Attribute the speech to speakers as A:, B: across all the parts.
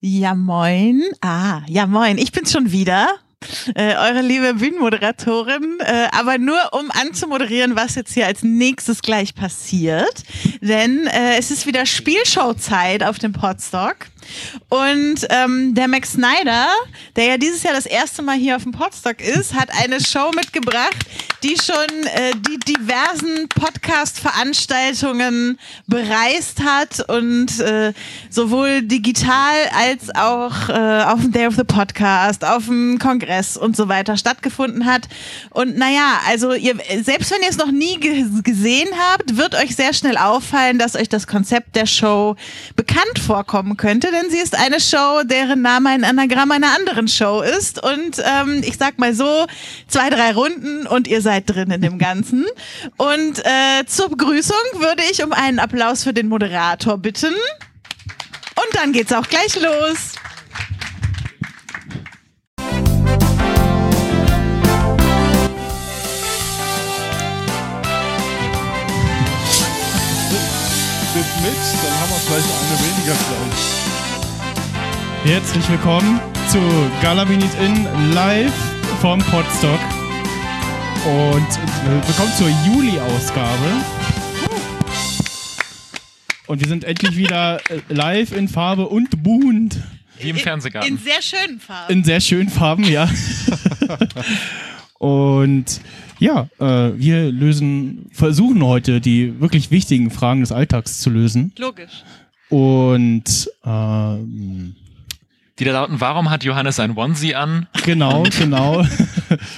A: Ja, moin. Ah, ja, moin. Ich bin's schon wieder. Äh, eure liebe Bühnenmoderatorin, äh, aber nur um anzumoderieren, was jetzt hier als nächstes gleich passiert. Denn äh, es ist wieder Spielshow-Zeit auf dem Podstock. Und ähm, der Max Snyder, der ja dieses Jahr das erste Mal hier auf dem Podstock ist, hat eine Show mitgebracht, die schon äh, die diversen Podcast-Veranstaltungen bereist hat und äh, sowohl digital als auch äh, auf dem Day of the Podcast, auf dem Kongress und so weiter stattgefunden hat. Und naja, also ihr, selbst wenn ihr es noch nie ge gesehen habt, wird euch sehr schnell auffallen, dass euch das Konzept der Show bekannt vorkommen könnte, denn sie ist eine Show, deren Name ein Anagramm einer anderen Show ist. Und ähm, ich sag mal so, zwei, drei Runden und ihr seid drin in dem Ganzen. Und äh, zur Begrüßung würde ich um einen Applaus für den Moderator bitten. Und dann geht's auch gleich los.
B: Mit, mit, dann haben wir vielleicht eine weniger gleich.
C: Herzlich willkommen zu Gala We Need In live vom Podstock. Und äh, willkommen zur Juli-Ausgabe. Und wir sind endlich wieder äh, live in Farbe und buhend.
D: Wie im
A: In
D: Fernsehgarten.
A: sehr schönen Farben.
C: In sehr schönen Farben, ja. Und ja, äh, wir lösen, versuchen heute die wirklich wichtigen Fragen des Alltags zu lösen.
A: Logisch.
C: Und ähm,
D: Die da lauten, warum hat Johannes ein Onesie an?
C: Genau, genau.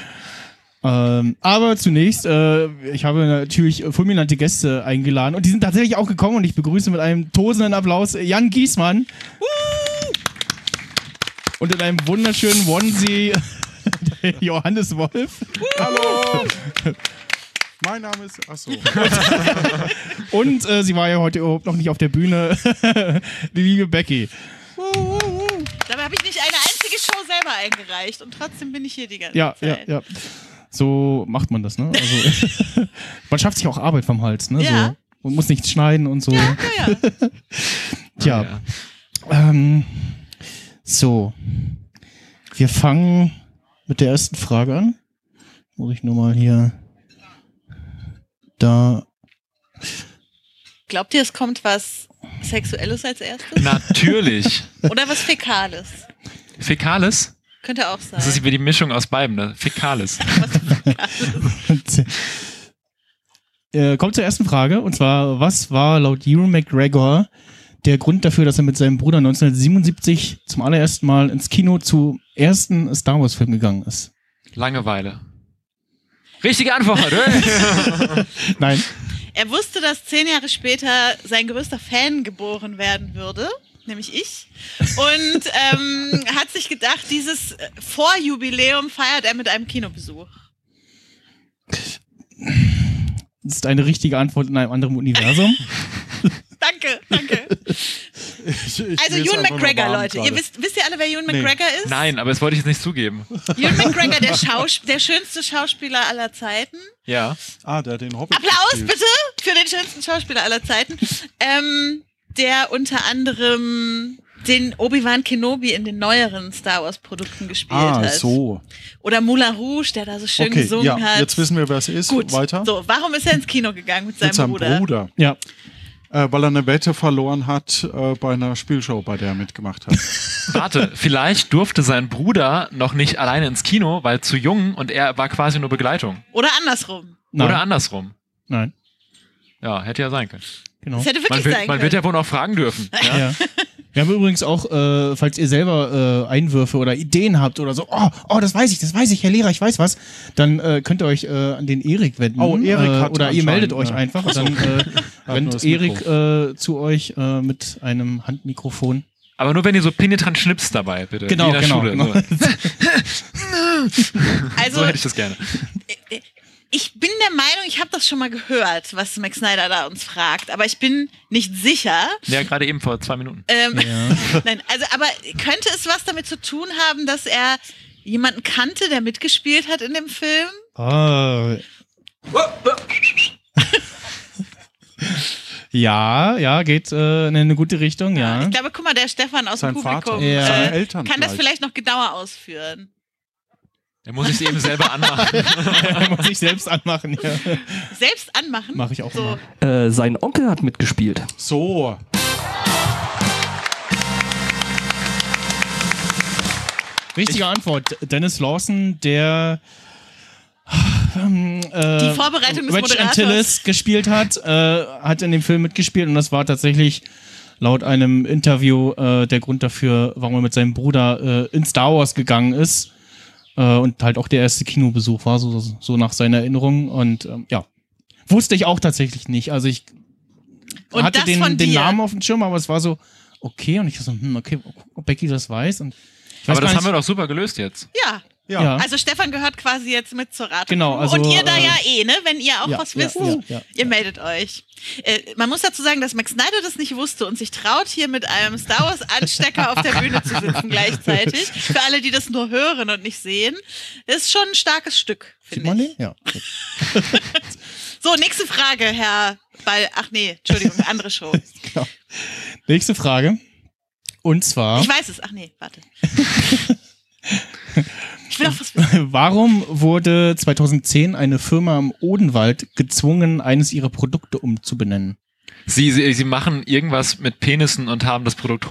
C: ähm, aber zunächst, äh, ich habe natürlich fulminante Gäste eingeladen und die sind tatsächlich auch gekommen und ich begrüße mit einem tosenden Applaus Jan Giesmann. Und in einem wunderschönen Onesie der Johannes Wolf
B: Hallo! mein Name ist. Achso.
C: und äh, sie war ja heute überhaupt noch nicht auf der Bühne, die liebe Becky.
A: Dabei habe ich nicht eine einzige Show selber eingereicht und trotzdem bin ich hier die ganze
C: Ja, ja,
A: Zeit.
C: ja. So macht man das, ne? Also, man schafft sich auch Arbeit vom Hals, ne?
A: Ja.
C: So. Und muss nichts schneiden und so.
A: ja. ja.
C: Tja,
D: Ja.
C: Ähm, so. Wir fangen mit der ersten Frage an. Muss ich nur mal hier. Da.
A: Glaubt ihr, es kommt was Sexuelles als erstes?
D: Natürlich.
A: Oder was Fäkales?
D: Fäkales?
A: Könnte auch sein.
D: Das ist wie die Mischung aus beidem, ne? Fäkales.
C: äh, kommt zur ersten Frage. Und zwar: Was war laut Ewan McGregor der Grund dafür, dass er mit seinem Bruder 1977 zum allerersten Mal ins Kino zum ersten Star Wars-Film gegangen ist?
D: Langeweile. Richtige Antwort. hey.
C: Nein.
A: Er wusste, dass zehn Jahre später sein größter Fan geboren werden würde, nämlich ich. Und ähm, hat sich gedacht, dieses äh, Vorjubiläum feiert er mit einem Kinobesuch.
C: Das ist eine richtige Antwort in einem anderen Universum.
A: Danke, danke.
B: Ich, ich
A: Also
B: lese
A: Ewan
B: einfach nur
A: McGregor,
B: warm
A: Leute.
B: gerade.
A: Ihr wisst, wisst ihr alle, wer Ewan
B: Nee.
A: McGregor ist?
D: Nein, aber das wollte ich jetzt nicht zugeben.
A: Ewan McGregor, der, Schausp der schönste Schauspieler aller Zeiten.
D: Ja.
B: Ah, der hat den Hobbit.
A: Applaus
B: gespielt.
A: bitte für den schönsten Schauspieler aller Zeiten, ähm, der unter anderem den Obi-Wan Kenobi in den neueren Star Wars Produkten gespielt
B: Ah,
A: hat.
B: so.
A: Oder Moulin Rouge, der da so schön
B: Okay,
A: gesungen
B: ja,
A: hat.
B: jetzt wissen wir, wer es ist.
A: Gut,
B: Weiter.
A: So, warum ist er ins Kino gegangen mit seinem,
B: Mit seinem Bruder.
C: ja.
B: Äh, weil er eine Wette verloren hat äh, bei einer Spielshow, bei der er mitgemacht hat.
D: Warte, vielleicht durfte sein Bruder noch nicht alleine ins Kino, weil zu jung und er war quasi nur Begleitung.
A: Oder andersrum.
C: Nein.
D: Oder andersrum.
C: Nein.
D: Ja, hätte ja sein können.
C: Genau.
A: Das hätte wirklich
D: Man, wird,
A: sein
D: man
A: können.
D: wird ja wohl noch fragen dürfen. Ja?
C: Ja. Wir haben übrigens auch, äh, falls ihr selber äh, Einwürfe oder Ideen habt oder so, oh, oh, das weiß ich, das weiß ich, Herr Lehrer, ich weiß was, dann äh, könnt ihr euch äh, an den Erik wenden.
B: Oh, Erik
C: äh,
B: hat
C: Oder ihr
B: anscheinend,
C: meldet euch
B: ja.
C: einfach und dann äh,
B: nur
C: rennt
B: das
C: Erik äh, zu euch äh, mit einem Handmikrofon.
D: Aber nur wenn ihr so penetrant schnipst dabei, bitte.
C: Genau,
D: Wie in der
C: genau,
D: Schule.
C: genau.
D: So.
A: also,
D: so hätte ich das gerne.
A: ich bin der Meinung, ich habe das schon mal gehört, was Max Snyder da uns fragt, aber ich bin nicht sicher.
D: Ja, gerade eben vor zwei Minuten.
A: Ähm,
C: Ja.
A: Nein, also aber könnte es was damit zu tun haben, dass er jemanden kannte, der mitgespielt hat in dem Film?
C: Ah. Ja, ja, geht äh, in eine gute Richtung, ja.
A: Ich glaube, guck mal, der Stefan aus
B: Sein
A: dem
B: Vater,
A: Publikum
C: Ja.
B: seine
A: äh,
B: Eltern.
A: kann das
B: vielleicht.
A: vielleicht noch genauer ausführen.
D: Da muss ich es eben selber anmachen.
C: Muss ich selbst anmachen, ja.
A: Selbst anmachen.
C: Mach ich auch
A: so.
C: immer.
E: Äh, sein Onkel hat mitgespielt.
B: So.
C: Richtige Antwort. Dennis Lawson, der ähm, äh,
A: Die Vorbereitung um des
C: Reg
A: Moderators.
C: Antilles gespielt hat, äh, hat in dem Film mitgespielt und das war tatsächlich laut einem Interview äh, der Grund dafür, warum er mit seinem Bruder äh, in Star Wars gegangen ist äh, und halt auch der erste Kinobesuch war, so, so nach seiner Erinnerung und ähm, ja, wusste ich auch tatsächlich nicht. Also ich
A: Und
C: hatte
A: das
C: den,
A: von
C: den
A: dir.
C: Namen auf dem Schirm, aber es war so okay und ich so, hm, okay, ob Becky das weiß und ich weiß
D: Aber das
C: gar
D: haben
C: nicht-
D: wir doch super gelöst jetzt.
A: Ja.
B: Ja.
C: Ja.
A: Also Stefan gehört quasi jetzt mit zur Rate.
C: Genau, also,
A: und ihr da
C: äh,
A: ja eh, ne? Wenn ihr auch
C: ja,
A: was
C: ja,
A: wisst,
C: ja, ja,
A: ihr meldet euch. Äh, man muss dazu sagen, dass Max Snyder das nicht wusste und sich traut, hier mit einem Star Wars Anstecker auf der Bühne zu sitzen gleichzeitig. Für alle, die das nur hören und nicht sehen, ist schon ein starkes Stück.
C: Sieht
A: finde
C: man
A: ich.
C: den? Ja.
A: So, nächste Frage, Herr Ball. Ach nee, Entschuldigung, andere Show.
C: Nächste Frage. Und zwar,
A: Ich weiß es. Ach nee, warte. Ich will auch was wissen.
C: warum wurde 2010 eine Firma im Odenwald gezwungen, eines ihrer Produkte umzubenennen?
D: Sie, sie, sie machen irgendwas mit Penissen und haben das Produkt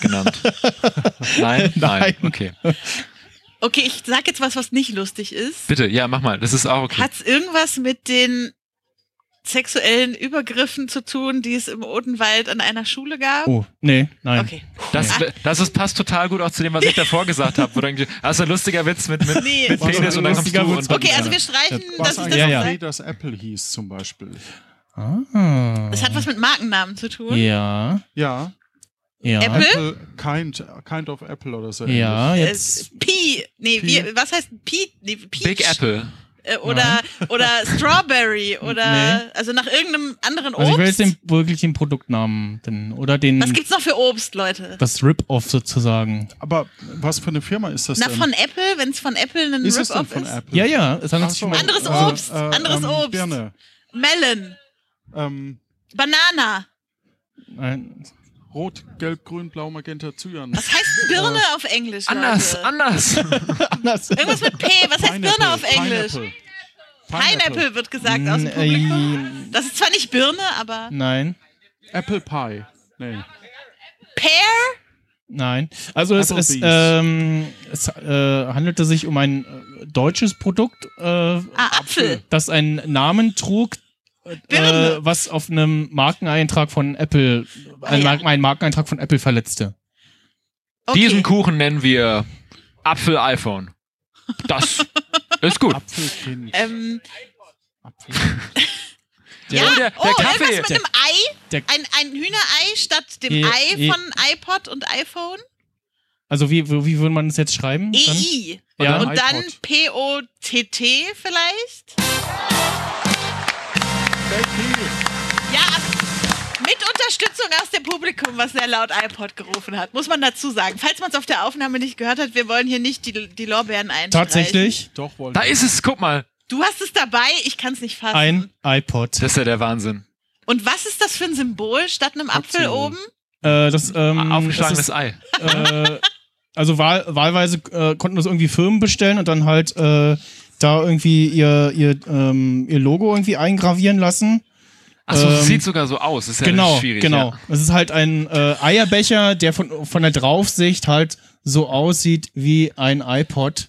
D: genannt. nein?
C: Nein.
D: Nein. Okay.
A: Okay, ich sag jetzt was, was nicht lustig ist.
D: Bitte, ja, mach mal. Das ist auch okay.
A: Hat's irgendwas mit den sexuellen Übergriffen zu tun, die es im Odenwald an einer Schule gab?
C: Oh, nee, nein.
A: Okay.
D: Das, das ist, passt total gut auch zu dem, was ich davor gesagt habe. wo du denkst, Das ist ein lustiger Witz mit, mit,
A: Nee.
D: mit Penis und dann kommst du
C: Lustiger
D: und
C: Witz.
D: dann-
A: Okay, also wir streichen, dass
B: Was
A: ich
B: ein
A: das
C: Ja,
A: ja,
C: ja.
B: Café, das Apple hieß zum Beispiel.
C: Ah.
A: Das hat was mit Markennamen zu tun.
C: Ja,
B: Ja.
C: ja.
A: Apple?
B: Apple, kind, kind of Apple oder so.
C: Ja,
A: Äh,
C: jetzt.
A: Pi, nee,
B: Pi.
A: wie, was heißt Pi? Nee, Peach.
D: Big Apple.
A: Äh, oder, oder Strawberry oder, also nach irgendeinem anderen Obst.
C: Also ich will jetzt den, wirklich den Produktnamen, denn, oder den,
A: was gibt's noch für Obst, Leute?
C: das Rip-Off sozusagen.
B: Aber was für eine Firma ist das
A: Na,
B: denn?
C: ähm,
A: von Apple, wenn's von Apple ein
B: ist es denn
A: Rip-Off
B: von
A: ist.
B: Apple?
C: Ja, ja, es handelt
B: Ach
C: sich
B: so,
C: um
A: Anderes
B: äh,
A: Obst,
B: äh,
A: anderes
B: ähm,
A: Obst.
B: Birne.
A: Melon,
B: Ähm,
A: Banana.
C: ein,
B: Rot, Gelb, Grün, Blau, Magenta, Cyan.
A: Was heißt Birne
C: Äh,
A: auf Englisch?
D: Anders,
A: Leute?
D: anders.
C: anders.
A: Irgendwas mit P. Was heißt Birne auf Englisch?
B: Pineapple.
A: Pineapple,
B: Pineapple.
A: wird gesagt aus dem Publikum. Das ist zwar nicht Birne, aber
C: äh, Nein.
B: Apple Pie. Nee.
A: Pear?
C: Nein. Also es, es,
B: Applebee's.
C: ähm, es äh, handelte sich um ein äh, deutsches Produkt, äh,
A: Ah, Apfel.
C: das einen Namen trug, äh,
A: Birne.
C: was auf einem Markeneintrag von Apple,
A: Ah,
C: ein,
A: ja.
C: Marken, einen Markeneintrag von Apple verletzte.
A: Okay.
D: Diesen Kuchen nennen wir Apfel-iPhone. Das ist gut.
B: Apfelkind.
A: Ähm,
B: Apfel.
D: Der,
A: ja,
D: oh, der, der
A: oh,
D: Kaffee.
A: irgendwas mit einem Ei?
C: Der,
A: Ein, ein Hühnerei statt dem
C: Ja,
A: Ei
C: ja.
A: von iPod und iPhone?
C: also wie, wie wie würde man das jetzt schreiben? Dann?
A: EI. E
C: Ja.
A: Und dann
B: iPod.
A: P-O-T-T vielleicht? Ja, mit Unterstützung aus dem Publikum, was sehr laut iPod gerufen hat, muss man dazu sagen. Falls man es auf der Aufnahme nicht gehört hat, wir wollen hier nicht die, die Lorbeeren einstreichen.
C: Tatsächlich
B: Doch, wollte
D: Da ist es, guck mal.
A: Du hast es dabei, ich kann es nicht fassen.
C: ein iPod.
D: Das ist ja der Wahnsinn.
A: Und was ist das für ein Symbol statt einem Apfel oben?
C: Äh, das, ähm, das
D: Aufgeschlagenes
C: ist,
D: Ei.
C: äh, also wahl, wahlweise äh, konnten das irgendwie Firmen bestellen und dann halt äh, da irgendwie ihr, ihr, ähm, ihr Logo irgendwie eingravieren lassen.
D: Achso,
C: ähm,
D: es sieht sogar so aus. Ist ja
C: genau,
D: schwierig.
C: genau.
D: Ja.
C: Es ist halt ein äh, Eierbecher, der von, von der Draufsicht halt so aussieht wie ein iPod.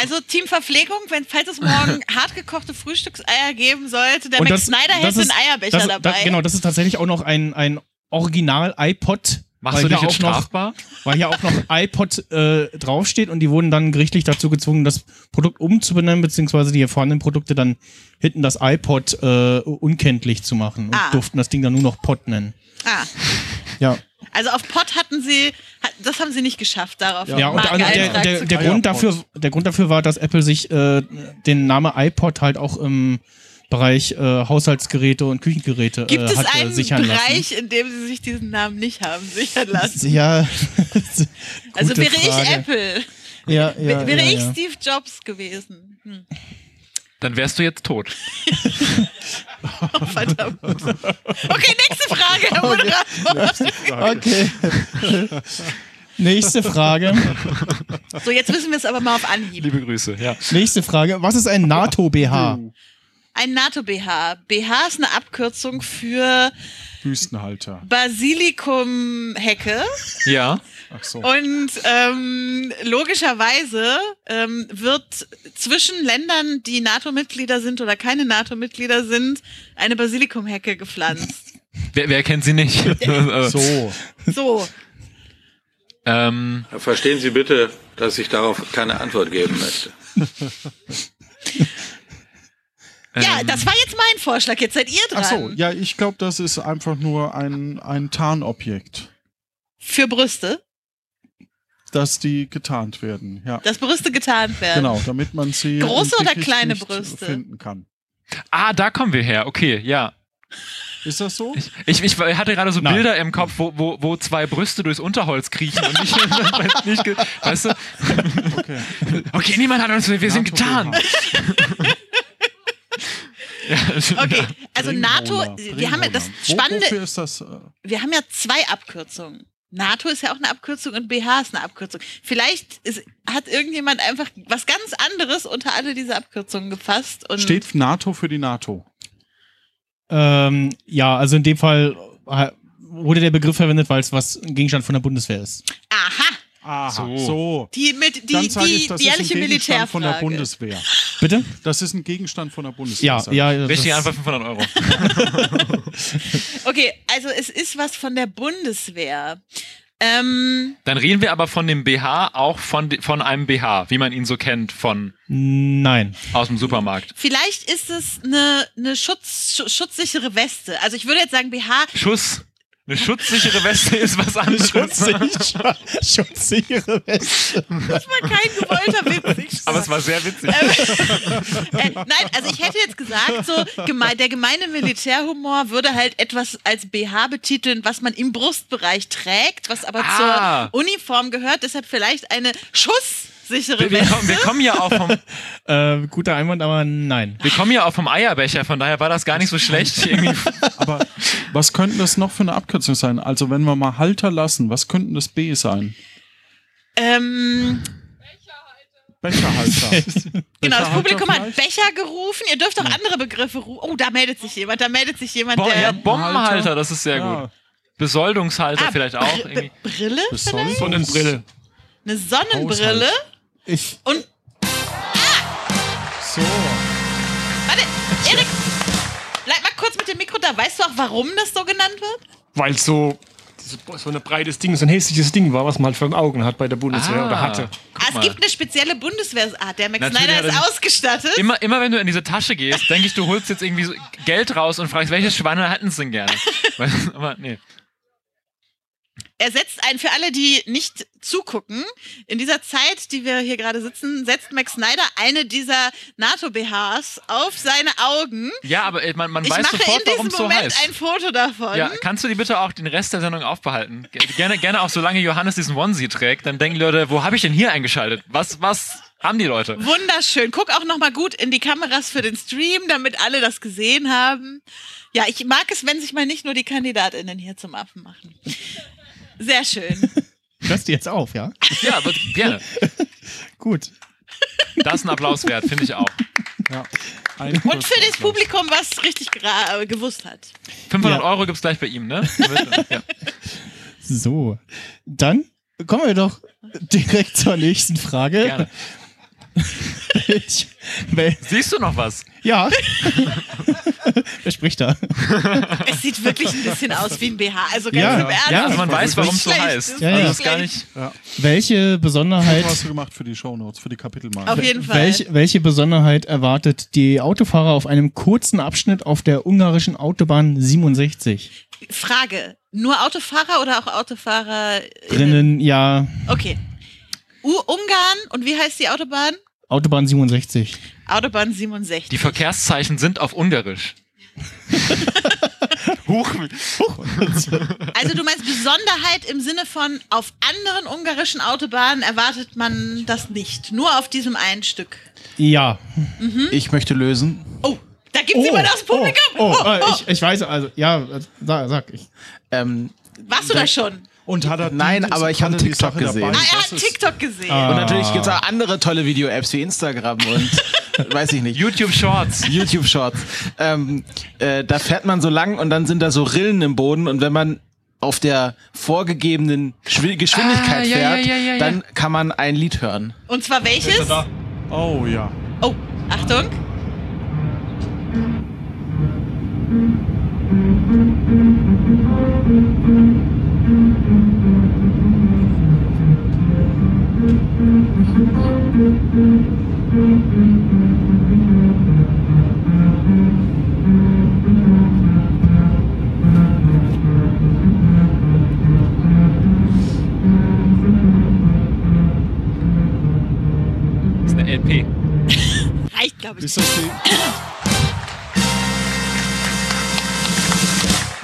A: Also Team Verpflegung, wenn, falls es morgen hartgekochte Frühstückseier geben sollte, der
C: Und
A: Max
C: das-
A: Snyder
C: das
A: hält den
C: ist-
A: Eierbecher
C: das,
A: dabei.
C: Da, genau, das ist tatsächlich auch noch ein, ein Original-iPod.
D: Machst du dich jetzt
C: noch,
D: strafbar?
C: Weil hier auch noch iPod äh, draufsteht und die wurden dann gerichtlich dazu gezwungen, das Produkt umzubenennen, beziehungsweise die vorhandenen Produkte dann hinten das iPod äh, unkenntlich zu machen und
A: Ah.
C: durften das Ding dann nur noch Pod nennen.
A: Ah,
C: Ja.
A: also auf Pott hatten sie, hat- das haben sie nicht geschafft, darauf
C: Ja, und der,
A: einen
C: der,
A: Markeneintrag
C: der,
A: zu
C: der,
B: Ah ja,
C: Grund dafür, der Grund dafür war, dass Apple sich äh, den Name iPod halt auch im Bereich äh, Haushaltsgeräte und Küchengeräte
A: Gibt
C: äh,
A: es
C: hat, äh,
A: einen
C: sichern
A: Bereich, in dem sie sich diesen Namen nicht haben sichern lassen?
C: lassen. Ja.
A: Also
C: Gute
A: wäre
C: Frage.
A: ich Apple,
C: Ja, ja,
A: wäre
C: ja,
A: ich
C: ja.
A: Steve Jobs gewesen. Hm.
D: Dann wärst du jetzt tot.
A: Verdammt. Okay, nächste Frage,
C: Oh,
A: Herr Moderator.
C: Okay. Nächste Frage.
A: So, jetzt wissen wir es aber mal auf Anhieb.
D: Liebe Grüße, ja.
C: Nächste Frage. Was ist ein NATO-BH?
A: Ein NATO-BH. BH ist eine Abkürzung für
B: Büstenhalter.
A: Basilikumhecke.
D: Ja.
B: Ach so.
A: Und ähm, logischerweise ähm, wird zwischen Ländern, die NATO-Mitglieder sind oder keine NATO-Mitglieder sind, eine Basilikumhecke gepflanzt.
D: Wer, wer kennt sie nicht? Also,
B: So.
A: So,
D: Ähm,
F: Verstehen Sie bitte, dass ich darauf keine Antwort geben möchte.
D: ähm,
A: ja, das war jetzt mein Vorschlag. Jetzt seid ihr dran.
B: Ähm. Ach so, ja, ich glaube, das ist einfach nur ein, ein Tarnobjekt,
A: Für Brüste,
B: dass die getarnt werden. Ja,
A: dass Brüste getarnt werden.
B: genau, damit man sie
A: Große
B: im
A: oder
B: Dickicht
A: kleine
B: nicht
A: Brüste?
B: finden kann.
D: ah, da kommen wir her. Okay, ja.
B: Ist das so?
D: Ich, ich, ich hatte gerade so
C: Nein.
D: Bilder im Kopf, wo, wo, wo zwei Brüste durchs Unterholz kriechen und nicht, nicht ge- weißt du?
B: Okay.
D: Okay, niemand hat uns, wir sind getan.
A: Okay, also
B: Ringholer,
A: NATO, wir haben ja das
B: Ringholer. Wo-
A: Spannende,
B: Wofür ist das? äh,
A: wir haben ja zwei Abkürzungen. NATO ist ja auch eine Abkürzung und BH ist eine Abkürzung. Vielleicht ist, hat irgendjemand einfach was ganz anderes unter alle diese Abkürzungen gepasst. Und
B: Steht NATO für die NATO?
C: Ähm, ja, also in dem Fall äh, wurde der Begriff verwendet, weil es was ein Gegenstand von der Bundeswehr ist.
A: Aha,
B: Aha,
D: So.
B: so.
A: die, mit, die,
B: Dann sage
A: die,
B: ich, das
A: die
B: ist ein
A: jährliche
B: Gegenstand von der
A: Militärfrage.
B: Bundeswehr.
C: Bitte?
B: Das ist ein Gegenstand von der Bundeswehr.
C: Ja,
B: sag Also, ich.
C: ja. das-
D: Wichtig einfach 500 Euro.
A: Okay, also es ist was von der Bundeswehr. Ähm,
D: Dann reden wir aber von dem BH auch von, de- von einem BH, wie man ihn so kennt von
C: Nein.
D: aus dem Supermarkt.
A: vielleicht ist es eine, eine Schutz, schu- schutzsichere Weste. Also ich würde jetzt sagen, BH
D: Schuss. Eine schutzsichere Weste ist was anderes.
C: Schutzsicher- Schutzsichere Weste.
A: war kein gewollter Witz. Ich
D: Aber es war sehr witzig.
A: Ähm, äh, nein, also ich hätte jetzt gesagt, so geme der gemeine Militärhumor würde halt etwas als BH betiteln, was man im Brustbereich trägt, was aber
D: Ah.
A: zur Uniform gehört, deshalb vielleicht eine schusssichere
D: Wir, wir,
A: Weste.
D: kommen, wir, kommen ja auch vom,
C: Äh, guter Einwand, aber nein.
D: wir kommen ja auch vom Eierbecher, von daher war das gar nicht so schlecht. Irgendwie.
B: Aber was könnten das noch für eine Abkürzung sein? Also wenn wir mal Halter lassen, was könnten das B sein?
A: Ähm,
B: Becherhalter.
A: genau, das
B: Becherhalter
A: Publikum hat
B: vielleicht?
A: Becher gerufen. Ihr dürft auch andere Begriffe rufen. Oh, da meldet sich jemand, da meldet sich jemand, äh,
D: Bo ja,
A: der.
D: Bombenhalter, das ist sehr
B: Ja.
D: gut. Besoldungshalter
A: Ah,
D: vielleicht auch.
A: Br-
D: Irgendwie.
A: Brille?
B: Besoldungs-
A: Eine Sonnenbrille?
D: halt.
C: Ich,
A: Und.
B: So.
A: Warte, Erik! Bleib mal kurz mit dem Mikro da. Weißt du auch, warum das so genannt wird?
G: weil es so, diese- so ein breites Ding, so ein hässliches Ding war, was man halt vor den Augen hat bei der Bundeswehr
D: Ah.
G: oder hatte.
A: Ah, es
D: mal.
A: gibt eine spezielle Bundeswehrart. Der Max
D: Natürlich
A: Snyder
D: hat
A: ist
D: er-
A: ausgestattet.
D: Immer, immer wenn du in diese Tasche gehst, denke ich, du holst jetzt irgendwie so Geld raus und fragst, welches Schweine hatten sie denn gerne? Weißt du, Aber nee.
A: Er setzt ein, für alle, die nicht zugucken, in dieser Zeit, die wir hier gerade sitzen, setzt Max Snyder eine dieser NATO-BHs auf seine Augen.
D: Ja, aber ey, man, man
A: Ich
D: weiß
A: mache
D: sofort,
A: in diesem
D: warum es so
A: Moment
D: heißt.
A: ein Foto davon.
D: Ja, kannst du die bitte auch den Rest der Sendung aufbehalten? Ge- Gerne, gerne auch, solange Johannes diesen Onesie trägt, dann denken die Leute, wo habe ich denn hier eingeschaltet? Was, was haben die Leute?
A: Wunderschön. Guck auch noch mal gut in die Kameras für den Stream, damit alle das gesehen haben. Ja, ich mag es, wenn sich mal nicht nur die Kandidatinnen hier zum Affen machen. Sehr schön.
C: hörst du jetzt auf, ja?
D: Ja, aber gerne.
C: Gut.
D: Das ist ein Applaus wert, finde ich auch.
B: Ja.
A: Und für das Publikum, was richtig gra- äh, gewusst hat.
D: 500
C: Ja.
D: Euro gibt's gleich bei ihm, ne? Ja.
C: So. Dann kommen wir doch direkt zur nächsten Frage.
D: Gerne.
C: Ich, wel-
D: Siehst du noch was?
C: ja. Wer spricht da?
A: Es sieht wirklich ein bisschen aus wie ein BH. Also ganz
C: Ja,
A: im Ernst.
C: ja,
D: Also man
C: das war
D: weiß, warum es so
A: schlecht,
D: heißt.
A: das war
C: Ja, ja.
D: Also ist gar nicht.
C: Welche
B: Was
C: Besonderheit
B: hast du gemacht für die Shownotes, für die Kapitelmarke?
A: Auf jeden Fall.
C: Welch, welche Besonderheit erwartet die Autofahrer auf einem kurzen Abschnitt auf der ungarischen Autobahn 67?
A: Frage. Nur Autofahrer oder auch Autofahrer?
C: Drinnen, ja,
A: Okay. U Ungarn und wie heißt die Autobahn?
C: Autobahn 67.
A: Autobahn 67.
D: Die Verkehrszeichen sind auf Ungarisch.
H: Huch.
A: Also du meinst Besonderheit im Sinne von, auf anderen ungarischen Autobahnen erwartet man das nicht. Nur auf diesem einen Stück.
C: Ja.
I: Ich möchte lösen.
A: Oh, da gibt es jemanden aus dem Publikum.
C: Oh,
A: Oh,
C: oh, äh,
A: oh.
C: Ich, ich weiß, also, ja, äh, sag, sag ich.
I: Ähm,
A: Warst du da schon?
B: Und hat er
I: Nein,
B: die-
I: aber ich
B: hat
I: habe
B: er die
I: TikTok
B: Sache
I: gesehen.
B: dabei?
A: Ah, er
B: Das
A: hat
B: ist-
A: TikTok gesehen.
C: Ah.
H: Ah.
I: Und natürlich gibt es auch andere tolle Video-Apps wie Instagram und weiß ich nicht.
D: YouTube Shorts.
I: YouTube Shorts. Ähm, äh, da fährt man so lang und dann sind da so Rillen im Boden und wenn man auf der vorgegebenen Schwi- Geschwindigkeit
D: Ah, ja,
I: fährt,
D: ja, ja, ja, ja.
I: dann kann man ein Lied hören.
A: Und zwar welches?
B: Oh ja.
A: Oh, Achtung.
D: Das ist eine LP.
A: Reicht, glaube ich.
B: Ist das die.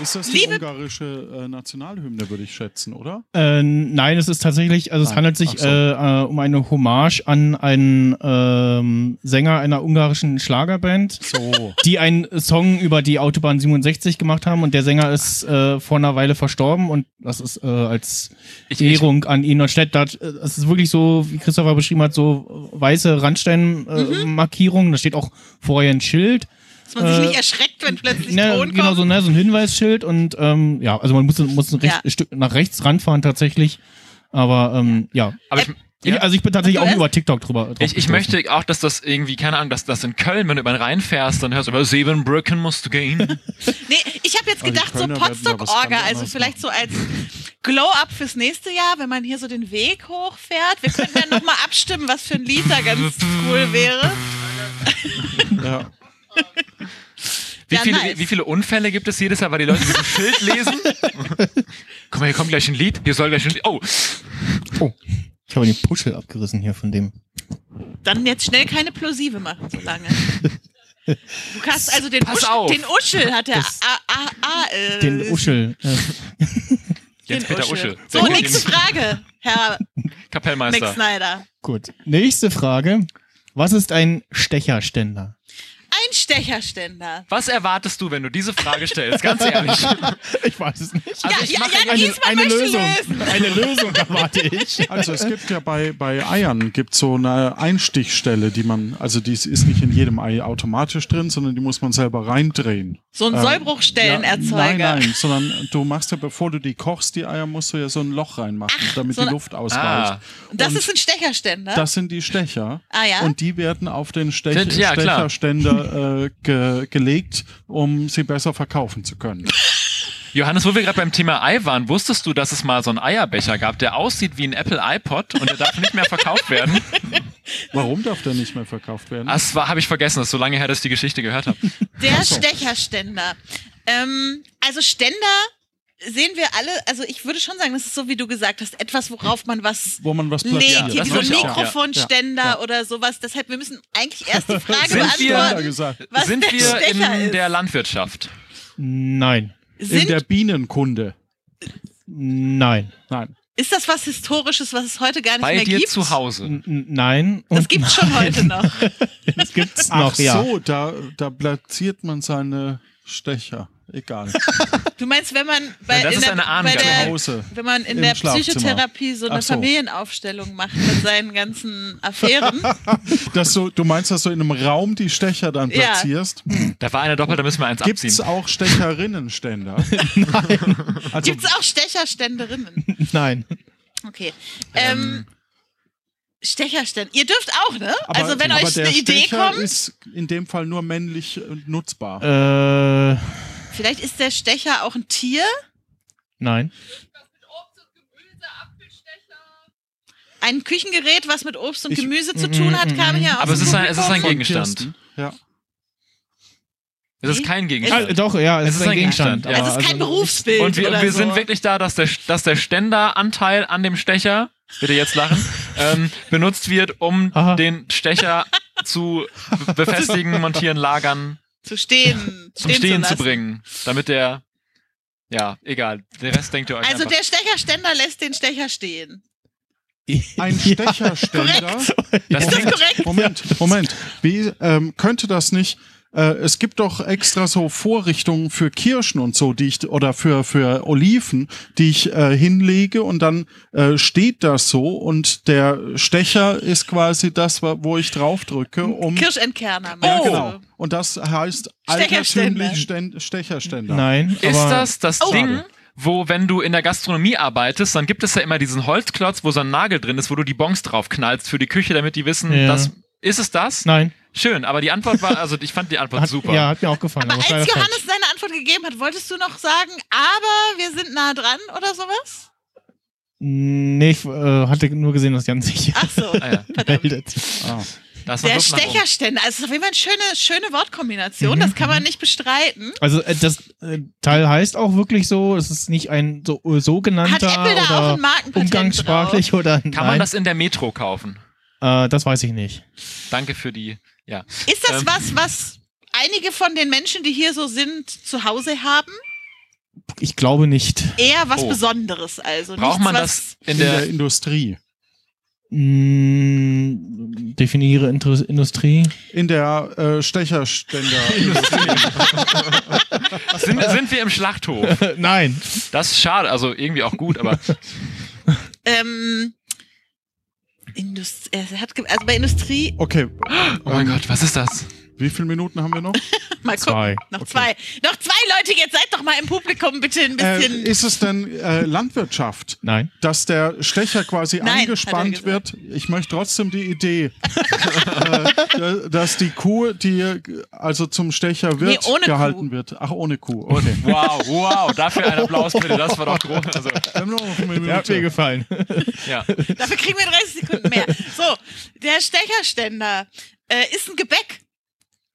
B: Ist das die
A: Liebe-
B: ungarische äh, Nationalhymne, würde ich schätzen, oder?
C: Äh, nein, es ist tatsächlich, also es
B: Ah,
C: handelt sich
B: ach so.
C: äh, äh, um eine Hommage an einen ähm, Sänger einer ungarischen Schlagerband,
B: So.
C: die einen Song über die Autobahn 67 gemacht haben und der Sänger ist äh, vor einer Weile verstorben und das ist äh, als
D: Ich- ich-
C: Ehrung an ihn und statt äh, das es ist wirklich so, wie Christopher beschrieben hat, so weiße Randstein-Markierungen, äh, Markierungen. da steht auch vorher ein Schild
A: Dass man sich
C: äh,
A: nicht erschreckt, wenn plötzlich
C: Ne,
A: Ton
C: genau,
A: kommt.
C: so, ne, so ein Hinweisschild und ähm, ja, also man muss, muss ein, recht,
A: Ja.
C: Stück nach rechts ranfahren tatsächlich. Aber ähm, ja.
D: Aber ich,
C: Ich, also ich bin tatsächlich
A: Und du
C: auch
A: hast-
C: über TikTok drüber. drauf
D: Ich, ich
C: gestoßen.
D: möchte auch, dass das irgendwie, keine Ahnung, dass das in Köln, wenn du über den Rhein fährst, dann hörst du, über Sevenbrücken musst du gehen.
A: Nee, ich habe jetzt
B: die
A: gedacht, so
B: Kölner werden ja was
A: Potsdok-Orga,
B: ganz
A: also
B: anderes
A: vielleicht so als Glow-Up fürs nächste Jahr, wenn man hier so den Weg hochfährt. Wir könnten ja nochmal abstimmen, was für ein Lied da ganz cool wäre.
B: ja.
D: Wie,
A: Ja,
D: viele,
A: nice.
D: wie, wie viele Unfälle gibt es jedes Jahr, weil die Leute dieses Schild lesen? Guck mal, hier kommt gleich ein Lied. Hier soll gleich ein Lied. Oh,
C: Ich habe den Puschel abgerissen hier von dem.
A: Dann jetzt schnell keine Plosive machen, so lange. Du kannst also den,
D: Pass
A: Usch,
D: auf.
A: den Uschel hat er.
C: Das-
A: A, a, a, äh,
C: Den Uschel. Äh,
A: den
D: Jens-Peter Uschel.
A: So,
D: Sehr gut.
A: nächste Frage, Herr Mick
D: Kapellmeister.
A: Snyder.
C: gut. Nächste Frage. Was ist ein Stecherständer?
A: Ein Stecherständer.
D: Was erwartest du, wenn du diese Frage stellst? Ganz ehrlich.
C: Ich weiß es nicht.
D: Also
A: ja,
D: ich
A: ja,
D: mache
A: ja, Giesmann möchte lösen.
C: Eine Lösung erwarte ich.
B: Also es gibt ja bei, bei Eiern gibt so eine Einstichstelle, die man, also die ist nicht in jedem Ei automatisch drin, sondern die muss man selber reindrehen.
A: So ein Sollbruchstellenerzeuger.
B: Ähm, Ja, nein, nein, sondern du machst ja, bevor du die kochst, die Eier, musst du ja so ein Loch reinmachen, damit
A: so
B: die
A: eine- Ah.
B: Luft ausweicht.
A: Das
B: Und
A: ist ein Stecherständer.
B: das sind die Stecher.
A: Ah, ja?
B: Und die werden auf den Stech
D: Ja, klar.
B: Stecherständer äh, ge gelegt, um sie besser verkaufen zu können.
D: Johannes, wo wir gerade beim Thema Ei waren, wusstest du, dass es mal so einen Eierbecher gab, der aussieht wie ein Apple iPod und der darf nicht mehr verkauft werden?
B: Warum darf der nicht mehr verkauft werden?
D: Das war, habe ich vergessen, das ist so lange her, dass ich die Geschichte gehört habe.
A: Der
D: Also.
A: Stecherständer. Ähm, also Ständer sehen wir alle, also ich würde schon sagen, das ist so, wie du gesagt hast, etwas, worauf man was
B: Wo man was platziert.
A: legt,
D: Ja,
A: hier
D: das
A: wie so ein
D: wollte ich auch.
A: Mikrofonständer oder sowas. Deshalb, wir müssen eigentlich erst die Frage
D: Sind wir-
B: Ständer
A: beantworten,
B: gesagt.
A: was
D: Sind
A: der
D: wir in
A: Stecher ist.
D: der Landwirtschaft?
C: Nein.
B: In
A: Sind,
B: der Bienenkunde.
C: Nein.
B: Nein.
A: ist das was Historisches, was es heute gar nicht
D: Bei
A: mehr
D: dir
A: gibt?
D: zu Hause.
C: N n- nein.
A: Das
C: Und
A: gibt's schon heute noch.
C: Das gibt's
B: Ach
C: noch, ja.
B: so, da, da platziert man seine Stecher. Egal.
A: Du meinst, wenn man bei,
D: Ja, das
A: in
D: ist
A: der,
D: eine
A: bei
D: Ahnengabe.
B: Zu
A: der
B: Hause.
A: wenn man in
B: Im
A: der
B: Schlafzimmer.
A: Psychotherapie so eine
B: Ach so.
A: Familienaufstellung macht mit seinen ganzen Affären.
B: Dass du, du meinst, dass du in einem Raum die Stecher dann
A: Ja.
B: platzierst?
D: Da war einer doppelt, da müssen wir eins
B: Gibt es
D: abziehen.
B: auch Stecherinnenständer? Also,
A: Gibt's auch Stecherständerinnen?
C: Nein.
A: Okay. Ähm, Stecherständer. Ihr dürft auch, ne?
B: aber,
A: also wenn
B: aber
A: euch
B: der
A: eine Idee
B: Stecher
A: kommt,
B: ist in dem Fall nur männlich äh, nutzbar.
C: Äh,
A: vielleicht ist der Stecher auch ein Tier,
C: nein.
A: ein Küchengerät, was mit Obst und
B: Ich- Mhm,
A: Gemüse zu tun hat, kam hier
D: Aber
A: aus
D: es ist
A: dem
D: ein, es ist ein
A: Publikum.
D: Gegenstand.
B: Ja.
D: Es ist kein
C: Ah,
D: Gegenstand.
C: doch, ja, es, ist ein Gegenstand. also,
D: ja.
A: Es ist
B: also-
A: kein Berufsbild
D: Und wir,
A: oder
D: und wir
A: so.
D: sind wirklich da, dass der, dass der Ständeranteil an dem Stecher, bitte jetzt lachen, ähm, benutzt wird, um
C: Aha.
D: den Stecher zu be- befestigen, montieren, lagern,
A: zu stehen,
D: zum
A: stehen
D: Um Stehen
A: zu,
D: zu
A: lassen.
D: bringen, damit der Ja, egal. Den Rest denkt ihr euch
A: Also
D: einfach.
A: der Stecherständer lässt den Stecher stehen.
B: Ein Stecherständer.
D: Das
A: Ist das
D: klingt-
A: korrekt?
B: Moment, Moment. Wie ähm, könnte das nicht? Äh, es gibt doch extra so Vorrichtungen für Kirschen und so, die ich oder für für Oliven, die ich äh, hinlege und dann äh, steht das so und der Stecher ist quasi das, wa- wo ich drauf drücke, um
A: Kirschentkerner.
B: ja,
A: meinst du?
B: genau. Und das heißt
A: Oh. Stecherständer.
B: altertümlich Sten- Stecherständer.
C: Nein,
D: Ist
C: aber
D: das das
A: Oh.
D: Ding, wo, wenn du in der Gastronomie arbeitest, dann gibt es ja immer diesen Holzklotz, wo so ein Nagel drin ist, wo du die Bons drauf knallst für die Küche, damit die wissen,
C: Ja.
D: das ist es das?
C: Nein.
D: Schön, aber die Antwort war, also ich fand die Antwort
C: Hat,
D: super.
C: Ja, hat mir auch gefallen.
D: Genau,
A: Aber
C: aber
A: als
C: es war ja
A: Johannes
C: falsch.
A: seine Antwort gegeben hat, wolltest du noch sagen, aber wir sind nah dran oder sowas?
C: Nee, ich äh, hatte nur gesehen, dass Jan sich
A: Ach so.
D: Ah, ja.
C: meldet.
D: Da ist noch
A: Der
D: Luft nach oben.
A: Stecherständer. Also es ist auf jeden Fall eine schöne, schöne Wortkombination.
D: Mhm,
A: Das kann man nicht bestreiten.
C: Also äh, das äh, Teil heißt auch wirklich so, es ist nicht ein so, so
A: Hat
C: genannter
A: Apple da auch ein
C: oder
A: Markenpatent
C: umgangssprachlich oder
D: Kann man das in der Metro kaufen?
C: Äh, das weiß ich nicht.
D: Danke für die. Ja.
A: Drauf? Ist das
D: Ähm.
A: was, was einige von den Menschen, die hier so sind, zu Hause haben?
C: Ich glaube nicht.
A: Eher was
D: Oh.
A: Besonderes also.
D: Braucht
A: Nichts,
D: man
A: was,
D: das in
B: In der
D: der.
B: Industrie.
C: Mm, definiere Inter Industrie.
B: In der äh, Stecherständer.
D: Sind, sind wir im Schlachthof?
C: Nein.
D: Das ist schade, also irgendwie auch gut, aber
A: Ähm, Indust er hat ge- also bei Industrie,
B: Okay.
D: oh mein Gott, was ist das?
B: Wie viele Minuten haben wir noch?
A: mal gucken.
C: Zwei.
A: Noch zwei. Noch zwei Leute, jetzt seid doch mal im Publikum bitte ein
B: Äh,
A: bisschen.
B: ist es denn äh, Landwirtschaft?
C: Nein.
B: Dass der Stecher quasi
A: Nein,
B: eingespannt
A: hat er
B: wird. Ich möchte trotzdem die Idee, äh, da- dass die Kuh, die also zum Stecher wird,
A: Nee, ohne
B: gehalten
A: Kuh.
B: wird. Ach, ohne Kuh.
D: Und
B: Okay.
D: wow, wow, dafür ein Applaus bitte, das war doch groß. Also,
B: Wir haben noch eine
C: Der hat mir
B: Minute.
C: gefallen.
D: ja.
A: Dafür kriegen wir 30 Sekunden mehr. So, der Stecherständer äh, ist ein Gebäck.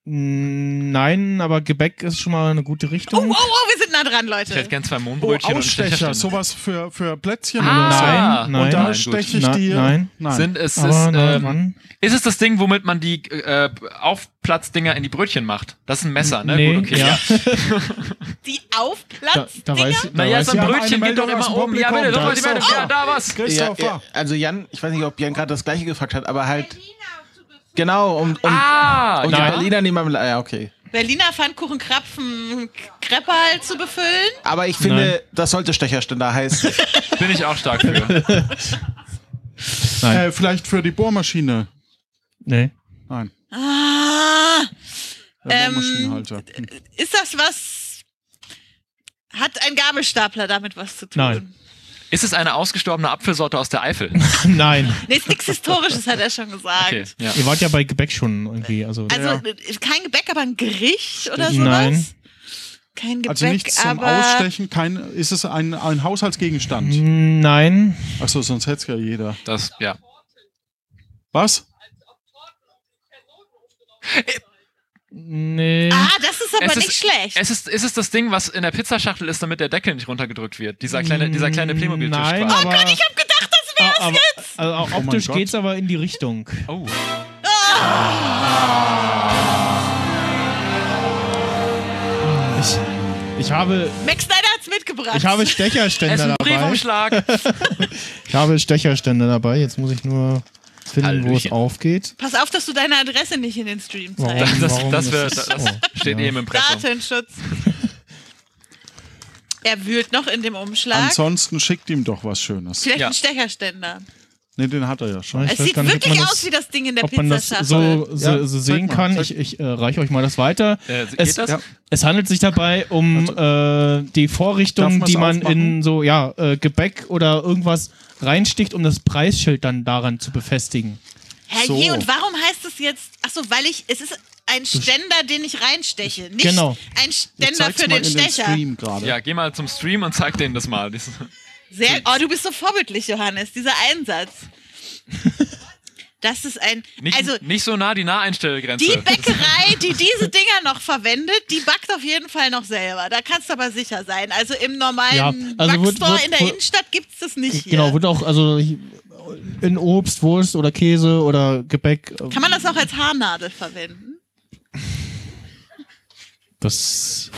C: Mm, Nein, aber Gebäck ist schon mal eine gute
A: Oh, oh,
C: Richtung.
A: oh, wir sind nah dran,
D: Ich hätte
A: Leute.
D: gern zwei
B: Oh,
D: Mohnbrötchen und
B: Ausstecher,
D: Stecherständer.
B: sowas für, für Plätzchen
D: Ah,
B: oder so.
D: Ah,
C: Nein, nein.
B: Und da
D: Nein,
B: steche
D: gut.
B: ich
C: Na-
B: die.
C: nein.
B: nein.
D: Sind es,
C: Aber
D: ist,
C: nein,
D: ähm,
C: Mann.
D: ist es das Ding, womit man die äh, Aufplatzdinger in die Brötchen macht? Das ist ein Messer, ne?
C: Nee,
D: Gut, okay.
C: ja.
A: Die
C: Da, da
A: Aufplatzdinger.
C: weiß, da
D: Naja,
C: weiß
D: so ein
B: wir haben eine
D: Brötchen geht doch
B: Meldung aus
D: immer
B: dem
D: oben. Ja, bitte,
B: Publikum.
D: doch mal die
B: Da ist
D: Meldung.
B: doch-
D: Ja, da was.
I: Ja,
B: Christopher.
I: ja, also Jan, ich weiß nicht, ob Jan gerade das gleiche gefragt hat, aber halt. Genau, um, um,
D: Ah,
I: um die
D: ja.
I: Berliner nehmen wir. Ja, okay.
A: Berliner Pfannkuchenkrapfen Kreppal halt zu befüllen.
I: Aber ich finde, das sollte Stecherständer heißen.
D: bin ich auch stark für.
B: Äh, vielleicht für die Bohrmaschine.
C: nee.
B: Nein.
A: Ah,
B: Der
A: Ähm,
B: Bohrmaschinenhalter. Hm.
A: ist das was? Hat ein Gabelstapler damit was zu tun?
C: Nein.
D: Ist es eine ausgestorbene Apfelsorte aus der Eifel?
C: Nein.
A: Nee, ist nichts Historisches, hat er schon gesagt.
D: Okay, ja.
C: Ihr wart ja bei Gebäck schon irgendwie. Also,
A: Also äh, kein Gebäck, aber ein Gericht oder sowas?
C: Nein.
A: Kein Gebäck,
B: Also nichts zum
A: aber
B: Ausstechen, kein, ist es ein, ein Haushaltsgegenstand?
C: Mm, nein.
B: Achso, sonst hätte es ja jeder.
D: Das, ja.
B: Was?
C: Nee.
A: Ah, das ist aber
D: Es
A: nicht
D: ist-
A: schlecht.
D: Es ist, ist es das Ding, was in der Pizzaschachtel ist, damit der Deckel nicht runtergedrückt wird? Dieser kleine, dieser kleine Playmobil-Tisch
C: Nein,
D: quasi.
C: aber, oh Gott, ich
A: hab gedacht, das wär's
C: aber, jetzt! Also, auch
B: mein
C: optisch
B: Gott.
C: geht's aber in die Richtung. Ah.
D: Oh.
C: Ich, ich habe,
A: Max Snyder hat's mitgebracht.
C: Ah. ich habe
D: Ah, Es ist
C: Stecherständer
D: ein
C: dabei.
D: Briefumschlag.
C: Ich habe Stecherständer dabei. Jetzt muss ich nur finden, wo es
D: Hallöchen.
C: aufgeht.
A: Pass auf, dass du deine Adresse nicht in den Stream
C: Warum,
A: zeigst.
D: Das-
C: warum
D: das wär-
C: ist
D: das-
C: es- oh,
D: Steht
C: ja.
D: eben im Pressum.
A: Datenschutz. Er wühlt noch in dem Umschlag.
B: Ansonsten schickt ihm doch was Schönes.
A: Vielleicht
D: Ja.
A: ein Stecherständer.
B: Ne, den hat er ja schon.
C: Ich
A: Es
C: weiß
A: sieht
C: gar nicht, ob
A: wirklich
C: man
A: aus
C: das-
A: wie das Ding in der
C: Ob man das
A: Pizzaschachtel.
C: so, so,
B: Ja,
C: so
B: zeig
C: sehen
B: mal,
C: kann,
B: zeig.
C: ich, ich äh, reiche euch mal das weiter.
D: Äh, geht
C: es,
D: das?
B: Ja.
C: es handelt sich dabei um äh, die
B: Darf
C: Vorrichtung,
B: man's
C: die man
B: aufmachen?
C: in so ja, äh, Gebäck oder irgendwas reinsticht, um das Preisschild dann daran zu befestigen.
A: Herr
B: So.
A: je, und warum heißt es jetzt? Ach so, weil ich es ist ein Ständer, den ich reinsteche, nicht
C: Genau.
A: ein
B: Jetzt
A: Ständer
B: zeig's
A: für
B: mal
A: den
B: in den
A: Stecher.
B: Stream gerade.
D: Ja, geh mal zum Stream und zeig denen das mal. Das-
A: Sehr, oh, du bist so vorbildlich, Johannes, dieser Einsatz. Das ist ein.
D: Nicht,
A: also,
D: nicht so nah die Naheinstellgrenze.
A: die Bäckerei, die diese Dinger noch verwendet, die backt auf jeden Fall noch selber. Da kannst du aber sicher sein. Also im normalen
C: Ja, also wird-
A: Backstore
C: wird-
A: in der
C: wird-
A: Innenstadt gibt's das nicht. Hier.
C: Genau, wird auch also ich- in Obst, Wurst oder Käse oder Gebäck. äh,
A: Kann man das auch als Haarnadel verwenden?
C: Das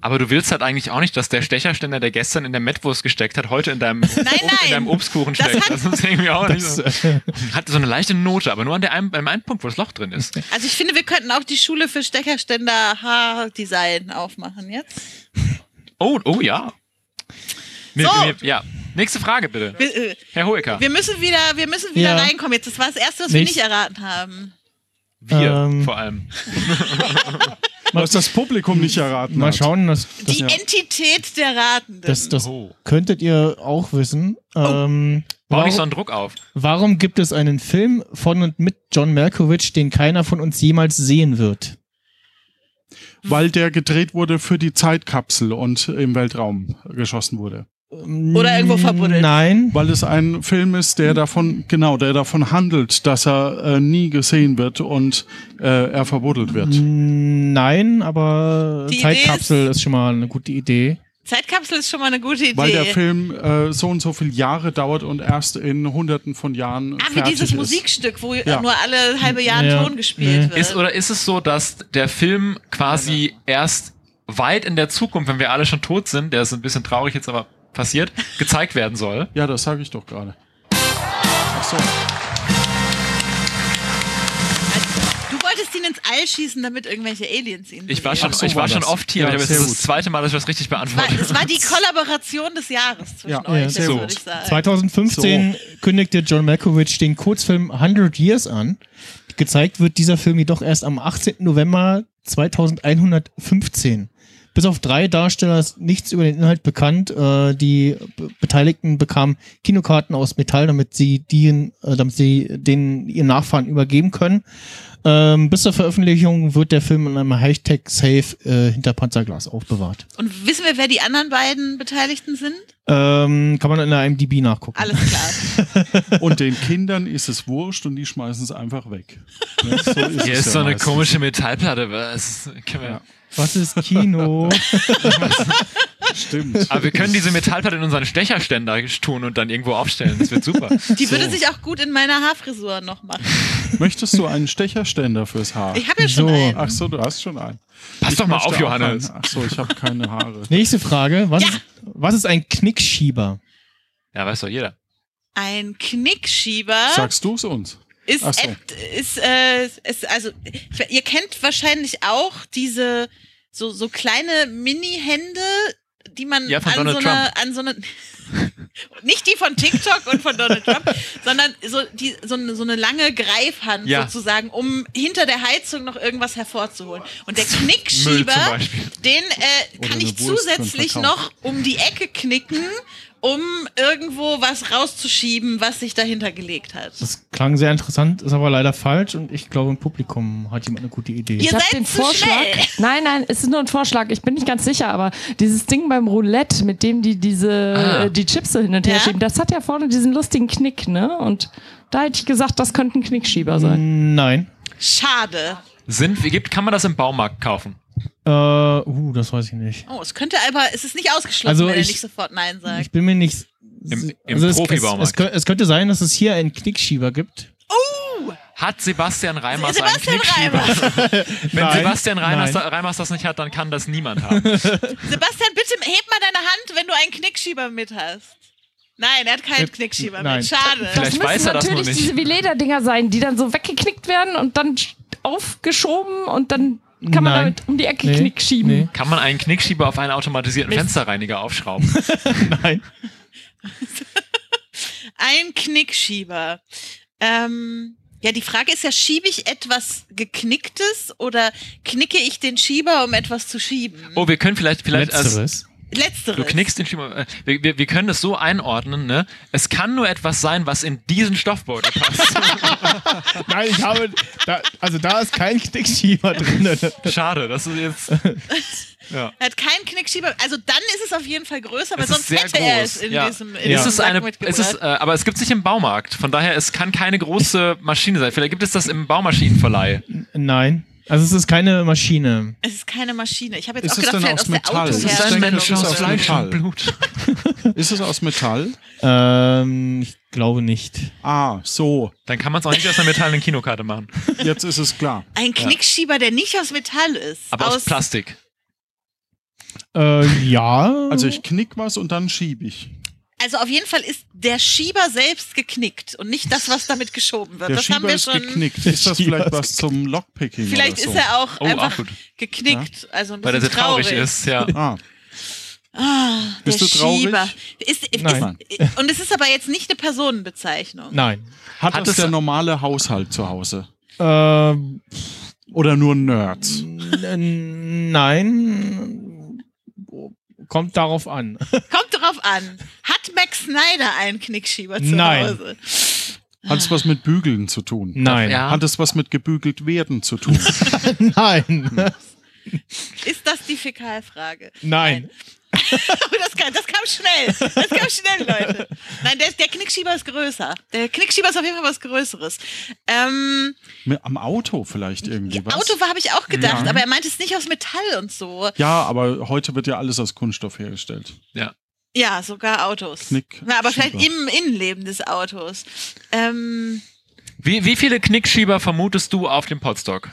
D: Aber du willst halt eigentlich auch nicht, dass der Stecherständer, der gestern in der Mettwurst gesteckt hat, heute in deinem,
A: nein.
D: In deinem Obstkuchen
A: Das hat-
D: steckt. Das ist irgendwie auch nicht so. Hat so eine leichte Note, aber nur an, der einen, an einem Punkt, wo das Loch drin ist.
A: Also ich finde, wir könnten auch die Schule für Steckerständer Haardesign aufmachen jetzt.
D: Oh, oh ja. Mir,
A: So.
D: mir, ja. Nächste Frage bitte.
A: Wir, äh,
D: Herr Hoeker.
A: wir müssen wieder, wir müssen wieder
C: Ja.
A: reinkommen jetzt. Das war das Erste, was
C: Nächst-
A: wir nicht erraten haben.
D: Wir
C: Ähm.
D: vor allem.
B: Was das Publikum nicht erraten
C: Mal
B: hat.
C: schauen, das, das,
A: Die Entität der Ratenden.
C: das, das
D: Oh.
C: könntet ihr auch wissen.
A: Oh.
C: Ähm,
D: Bau nicht so
C: warum-
D: einen Druck auf.
C: Warum gibt es einen Film von und mit John Malkovich, den keiner von uns jemals sehen wird?
B: Weil der gedreht wurde für die Zeitkapsel und im Weltraum geschossen wurde.
A: Oder irgendwo verbuddelt.
C: Nein.
B: Weil es ein Film ist, der davon, genau, der davon handelt, dass er äh, nie gesehen wird und äh, er verbuddelt
C: Hm.
B: wird.
C: Nein, aber
A: Die
C: Zeitkapsel ist, schon mal eine gute Idee.
A: Zeitkapsel ist schon mal eine gute Idee.
B: Weil der Film äh, so und so viele Jahre dauert und erst in hunderten von Jahren.
A: Ah, wie
B: fertig
A: dieses
B: ist.
A: Musikstück, wo
B: Ja.
A: nur alle halbe Jahr ein
C: Ja.
A: Ton gespielt
C: Nee.
A: wird.
D: Ist, oder ist es so, dass der Film quasi erst weit in der Zukunft, wenn wir alle schon tot sind, der ist ein bisschen traurig jetzt aber passiert, gezeigt werden soll?
B: Ja, das sage ich doch gerade.
A: du wolltest ihn ins All schießen, damit irgendwelche Aliens ihn
D: Ich war
A: sehen.
D: schon,
B: Ach so,
D: ich war
B: war
D: schon
B: das.
D: oft hier,
B: Ja,
D: aber ich habe
B: sehr
D: jetzt das
B: gut.
D: zweite Mal, dass ich das richtig
A: War-
D: beantwortet
A: Es war die Kollaboration des Jahres zwischen
B: Ja,
A: euch,
B: sehr
A: das
B: gut.
A: würde ich sagen.
C: 2015 kündigte John Malkovich den Kurzfilm 100 Years an. Gezeigt wird dieser Film jedoch erst am 18. November 2115. Bis auf drei Darsteller ist nichts über den Inhalt bekannt. Äh, die Be- Beteiligten bekamen Kinokarten aus Metall, damit sie den, äh, damit sie den ihren Nachfahren übergeben können. Ähm, bis zur Veröffentlichung wird der Film in einem Hightech-Safe äh, hinter Panzerglas aufbewahrt.
A: Und wissen wir, wer die anderen beiden Beteiligten sind?
C: Ähm, kann man in der IMDb nachgucken.
A: Alles klar.
B: Und den Kindern ist es wurscht und die schmeißen es einfach weg. Ja, so ist
D: Hier
B: es
D: ist
B: ja
D: so eine
B: meistens.
D: komische Metallplatte. aber es ist- können wir-
C: Was ist Kino?
B: Stimmt.
D: Aber wir können diese Metallplatte in unseren Stecherständer tun und dann irgendwo aufstellen. Das wird super.
A: Die würde sich auch gut in meiner Haarfrisur noch machen.
B: Möchtest du einen Stecherständer fürs Haar?
A: Ich habe ja schon
C: So.
A: einen.
B: Ach so, du hast schon einen.
D: Pass
B: Ich
D: doch mal
B: möchte
D: auf,
B: auch
D: Johannes.
B: einen. Ach so, ich habe keine Haare.
A: Äh?
C: Nächste Frage. Was,
A: Ja.
C: ist, was ist ein Knickschieber?
D: Ja, weiß doch jeder.
A: Ein Knickschieber
B: Sagst du es uns?
A: ist,
B: ach so.
A: et- ist, äh, ist also ich, we- ihr kennt wahrscheinlich auch diese so so kleine Mini-Hände, die man
D: Ja, von
A: an,
D: Donald
A: so eine, an so eine nicht die von TikTok und von Donald Trump, sondern so die so eine, so eine lange Greifhand
D: Ja.
A: sozusagen, um hinter der Heizung noch irgendwas hervorzuholen. Und der
D: Müll zum
A: Knickschieber
D: Beispiel.
A: Den äh,
B: Oder
A: kann
B: eine
A: ich
B: Wurst für den
A: zusätzlich
B: Verkauf.
A: noch um die Ecke knicken, um irgendwo was rauszuschieben, was sich dahinter gelegt hat.
C: Das klang sehr interessant, ist aber leider falsch und ich glaube, im Publikum hat jemand eine gute Idee.
A: Ihr
H: Ich habe
A: seid
H: den
A: zu
H: Vorschlag.
A: schnell.
H: Nein, nein, es ist nur ein Vorschlag. Ich bin nicht ganz sicher, aber dieses Ding beim Roulette, mit dem die diese
D: Ah.
H: äh, die Chips so hin und her
A: Ja?
H: schieben, das hat ja vorne diesen lustigen Knick, ne? Und da hätte ich gesagt, das könnte ein Knickschieber sein.
C: Nein.
A: Schade.
D: Sind, gibt, kann man das im Baumarkt kaufen?
C: Äh, uh, das weiß ich nicht.
A: Oh, es könnte aber, es ist nicht ausgeschlossen,
C: Also
A: wenn er
C: ich-
A: nicht sofort Nein sagt.
C: Ich bin mir nicht. also
D: Im- im
C: es, es,
D: Profibaumarkt.
C: es, kö- es könnte sein, dass es hier einen Knickschieber gibt.
D: Hat Sebastian Reimers
A: Sebastian
D: einen Knickschieber?
A: Reimer.
D: Wenn
C: Nein.
D: Sebastian Reimers,
C: Nein.
D: Reimers das nicht hat, dann kann das niemand haben.
A: Sebastian, bitte heb mal deine Hand, wenn du einen Knickschieber mit hast. Nein, er hat keinen
C: Äh,
A: Knickschieber
C: nein.
A: mit. Schade.
D: Vielleicht
H: das
D: weiß er das nur
H: natürlich
D: nicht.
H: diese Veleda-Dinger sein, die dann so weggeknickt werden und dann sch- aufgeschoben und dann kann man
C: Nein.
H: damit um die Ecke
C: Nee,
H: Knick schieben.
C: nee.
D: Kann man einen Knickschieber auf einen automatisierten Fensterreiniger aufschrauben?
C: Nein.
A: Ein Knickschieber. Ähm, ja, die Frage ist ja, schiebe ich etwas Geknicktes oder knicke ich den Schieber, um etwas zu schieben?
D: Oh, wir können vielleicht, vielleicht als,
C: Letzteres.
A: Letzteres.
D: Du knickst den Schieber. äh, Wir, wir, wir können das so einordnen, ne? Es kann nur etwas sein, was in diesen Stoffbeutel passt.
C: Nein, ich habe. Da, also da ist kein Knickschieber drin.
D: Schade, das ist jetzt.
A: Er hat keinen Knickschieber. Also dann ist es auf jeden Fall größer, weil
D: Es ist
A: sonst
D: sehr
A: hätte er es
D: groß.
A: in
D: Ja.
A: diesem, in
D: Es
A: diesem
D: ist
A: Sack
D: eine,
A: mitgebracht.
D: es ist, äh, aber es gibt es nicht im Baumarkt. Von daher, es kann keine große Maschine sein. Vielleicht gibt es das im Baumaschinenverleih.
C: Nein. Also es ist keine Maschine.
A: es ist keine Maschine. Ich habe jetzt
B: Ist
A: auch
B: es
A: gedacht,
B: denn
A: vielleicht
B: aus
A: aus der
B: Metall? Ist es
A: Autoherstellung.
B: denn Mensch aus
A: oder so.
B: Fleisch? Metall.
D: Blut.
B: Ist es aus Metall?
C: Ähm, ich glaube nicht.
B: Ah, so.
D: Dann kann man es auch nicht aus einer metallenen Kinokarte machen.
B: Jetzt ist es klar.
A: Ein Knickschieber, der nicht aus Metall ist.
D: Aber aus, Plastik.
C: Äh, ja.
B: Also ich knick was und dann schiebe ich.
A: Also auf jeden Fall ist der Schieber selbst geknickt und nicht das, was damit geschoben wird.
B: Der
A: das haben
B: Schieber
A: wir
B: ist
A: schon.
B: geknickt.
C: Der
B: Ist das
C: Schieber
B: vielleicht
C: ist
B: was zum Lockpicking?
A: Vielleicht
B: oder so?
A: ist er auch
D: Oh, auch
A: einfach
D: gut.
A: geknickt. Also ein
D: Weil er
A: bisschen
D: sehr traurig,
A: traurig.
D: ist, ja.
B: Ah, Bist
A: der
B: du traurig?
A: Schieber. Ist, ist,
C: Nein.
A: Ist, und es ist aber jetzt nicht eine Personenbezeichnung.
C: Nein.
B: hat,
D: Hat
B: das
D: es-
B: der normale Haushalt zu Hause?
C: Ähm,
B: Oder nur Nerds?
C: N- Nein. Kommt darauf an.
A: Kommt drauf an. Hat Max Snyder einen Knickschieber zu
C: Nein.
A: Hause?
B: Hat es was mit Bügeln zu tun?
C: Nein.
D: Ja.
B: Hat es was mit gebügelt werden zu tun?
C: Nein.
A: Ist das die Fäkalfrage?
C: Nein.
A: Aber das, kam, das kam schnell. Das kam schnell, Leute. Nein, der, der Knickschieber ist größer. Der Knickschieber ist auf jeden Fall was Größeres. Ähm,
B: Mit- Am Auto vielleicht irgendwie was?
A: Auto habe ich auch gedacht, aber er meint es nicht aus Metall und so.
B: ja, aber heute wird ja alles aus Kunststoff hergestellt.
A: Ja, sogar Autos.
B: Knick-
A: Na, aber vielleicht
B: Schieber.
A: im Innenleben des Autos. Ähm,
D: Wie, wie viele Knickschieber vermutest du auf dem Podstock?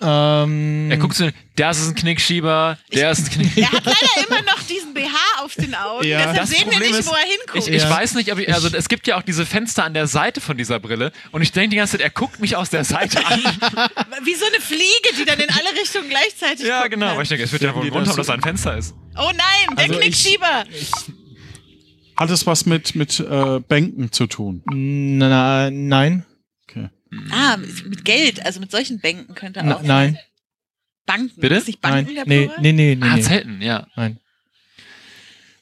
C: Ähm,
D: Er guckt so, das ist ein Knickschieber, der ist ein Knickschieber.
A: er hat leider immer noch diesen BH auf den Augen.
B: Ja.
A: Deshalb
D: Das
A: sehen wir
D: Problem
A: nicht,
D: ist,
A: wo er hinguckt.
D: Ich, ich
C: Ja.
D: weiß nicht, ob ich, also es gibt ja auch diese Fenster an der Seite von dieser Brille und ich denke die ganze Zeit, er guckt mich aus der Seite an.
A: Wie so eine Fliege, die dann in alle Richtungen gleichzeitig
D: ja,
A: gucken
D: genau. Aber
A: kann.
D: ich denke, es wird ja wohl
B: die
D: ein Grund
B: das
D: haben, dass da ein Fenster ist.
A: Oh nein, der
C: Also ich-
A: Knickschieber.
B: Hat es was mit, mit äh, Bänken zu tun?
C: na, na, nein.
A: ah, mit Geld, also mit solchen Bänken könnte
C: Na,
A: auch.
C: nein.
A: Banken.
D: Bitte?
A: Ist nicht
C: Nein.
A: Banken der
C: Nee,
A: Plural?
C: nee, nee, nee.
D: ah,
C: nee.
D: Zelten, ja.
C: Nein.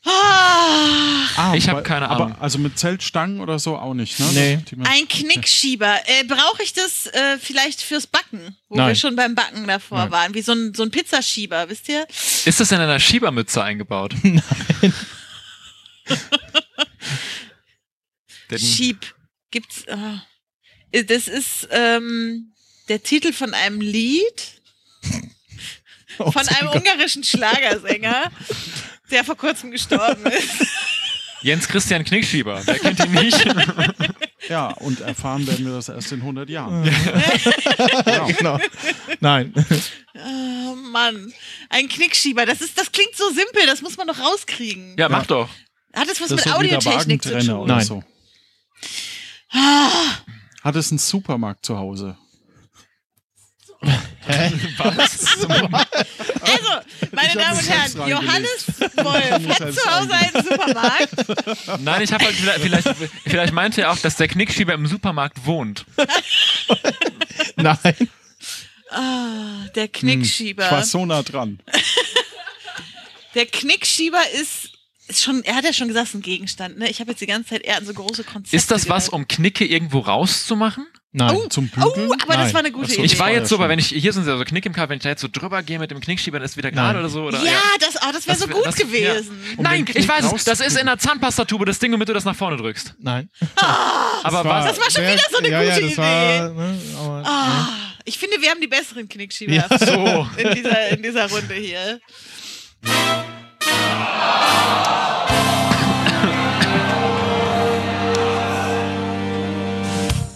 A: Ah,
B: Ah,
D: Ich hab
B: weil-
D: keine Ahnung.
B: Aber also mit Zeltstangen oder so auch nicht, ne?
C: Nee.
B: Das- die man-
A: ein Knickschieber. Äh, Brauche ich das äh, vielleicht fürs Backen? Wo wir
C: Nein.
A: schon beim Backen davor
C: Nein.
A: waren. Wie so ein, so ein Pizzaschieber, wisst ihr?
D: Ist das in einer Schiebermütze eingebaut? Denn
A: Schieb. Gibt's. ah. Das ist ähm, der Titel von einem Lied von einem ungarischen Schlagersänger, der vor kurzem gestorben ist.
D: Jens Christian Knickschieber, wer kennt ihn nicht?
B: Ja, und erfahren werden wir das erst in 100 Jahren.
C: genau. Nein.
A: Oh Mann, ein Knickschieber. Das ist, das klingt so simpel. Das muss man doch rauskriegen.
D: Ja, mach doch.
A: Hat es was
B: Das ist
A: mit
B: so wie der
A: Audiotechnik zu
B: Wagentrenner
A: tun? Ah.
B: oder
C: Nein.
B: so. Hat es einen Supermarkt zu Hause?
A: Also, meine Damen und
B: selbst
A: Herren, Johannes Wolf hat zu Hause einen Supermarkt.
D: Nein, ich habe halt vielleicht, vielleicht, vielleicht meinte er auch, dass der Knickschieber im Supermarkt wohnt.
C: Nein.
A: Ah, der
B: Ich war
A: Knickschieber.
B: so nah Hm, dran.
A: Der Knickschieber ist, ist schon, er hat ja schon gesagt, es ist ein Gegenstand. Ne? Ich habe jetzt die ganze Zeit eher an so große Konzepte.
D: Ist das was,
A: gedacht.
D: um Knicke irgendwo rauszumachen?
C: Nein.
B: Zum Bügeln?
A: Oh, aber das
C: Nein.
A: war eine gute
B: Ach so,
A: Idee.
D: Ich war
B: war ja
D: jetzt so,
B: schon.
D: weil wenn ich, hier sind ja so Knick im Kopf, wenn ich da jetzt so drüber gehe mit dem Knickschieber, dann ist wieder gerade
C: Nein.
D: oder so. Oder,
A: ja, das, oh, das wäre so
D: wär-
A: gut
D: das- ja.
A: gewesen.
B: Um
D: Nein,
B: den
D: ich
B: Knick
D: weiß es, das
B: rauszudrücken.
D: ist in der Zahnpastatube das Ding, womit du das nach vorne drückst.
C: Nein.
D: Aber was?
A: das war schon
C: wär-
A: wieder so eine
C: ja,
A: gute
C: ja, das
A: Idee.
C: War, ne, aber,
A: Ah, ich finde, wir haben die besseren Knickschieber
D: So.
A: in, dieser, in dieser Runde hier.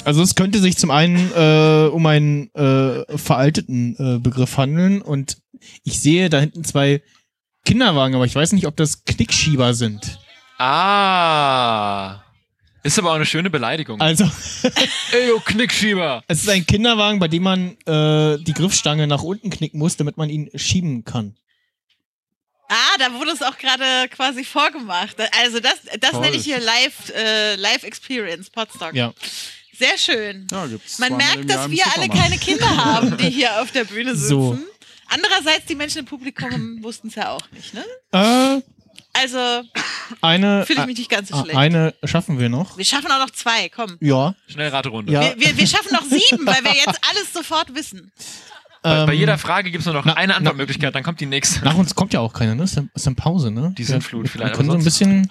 C: Also es könnte sich zum einen äh, um einen äh, veralteten äh, Begriff handeln und ich sehe da hinten zwei Kinderwagen, aber ich weiß nicht, ob das Knickschieber sind.
D: Ah. Ist aber auch eine schöne Beleidigung.
C: Also
D: Ey, yo, Knickschieber.
C: es ist ein Kinderwagen, bei dem man äh, die Griffstange nach unten knicken muss, damit man ihn schieben kann.
A: Ah, da wurde es auch gerade quasi vorgemacht. Also das, das
B: Toll.
A: nenne ich hier Live, äh, Live Experience, Potsdok.
C: Ja.
A: Sehr schön.
B: Ja, gibt's
A: Man
B: zweimal im
A: merkt,
B: Jahr
A: dass
B: im
A: wir alle
B: Supermarkt.
A: keine Kinder haben, die hier auf der Bühne sitzen.
C: So.
A: Andererseits, die Menschen im Publikum wussten es ja auch nicht, ne?
C: Äh,
A: Also
C: eine,
A: fühle ich mich nicht ganz so
C: äh,
A: schlecht.
C: eine schaffen wir noch.
A: Wir schaffen auch noch zwei, komm.
C: Ja.
D: Schnellraterunde.
C: Ja.
A: Wir, wir, wir schaffen noch sieben, weil wir jetzt alles sofort wissen.
D: Bei, bei
C: ähm,
D: jeder Frage gibt es nur noch
C: na-
D: eine Antwortmöglichkeit, dann kommt die nächste.
C: Nach uns kommt ja auch keiner, ne? Ist dann, ist dann Pause, ne?
D: Die
C: Wir-
D: Sintflut
C: wir
D: vielleicht,
C: Können so
D: aber
C: ein bisschen.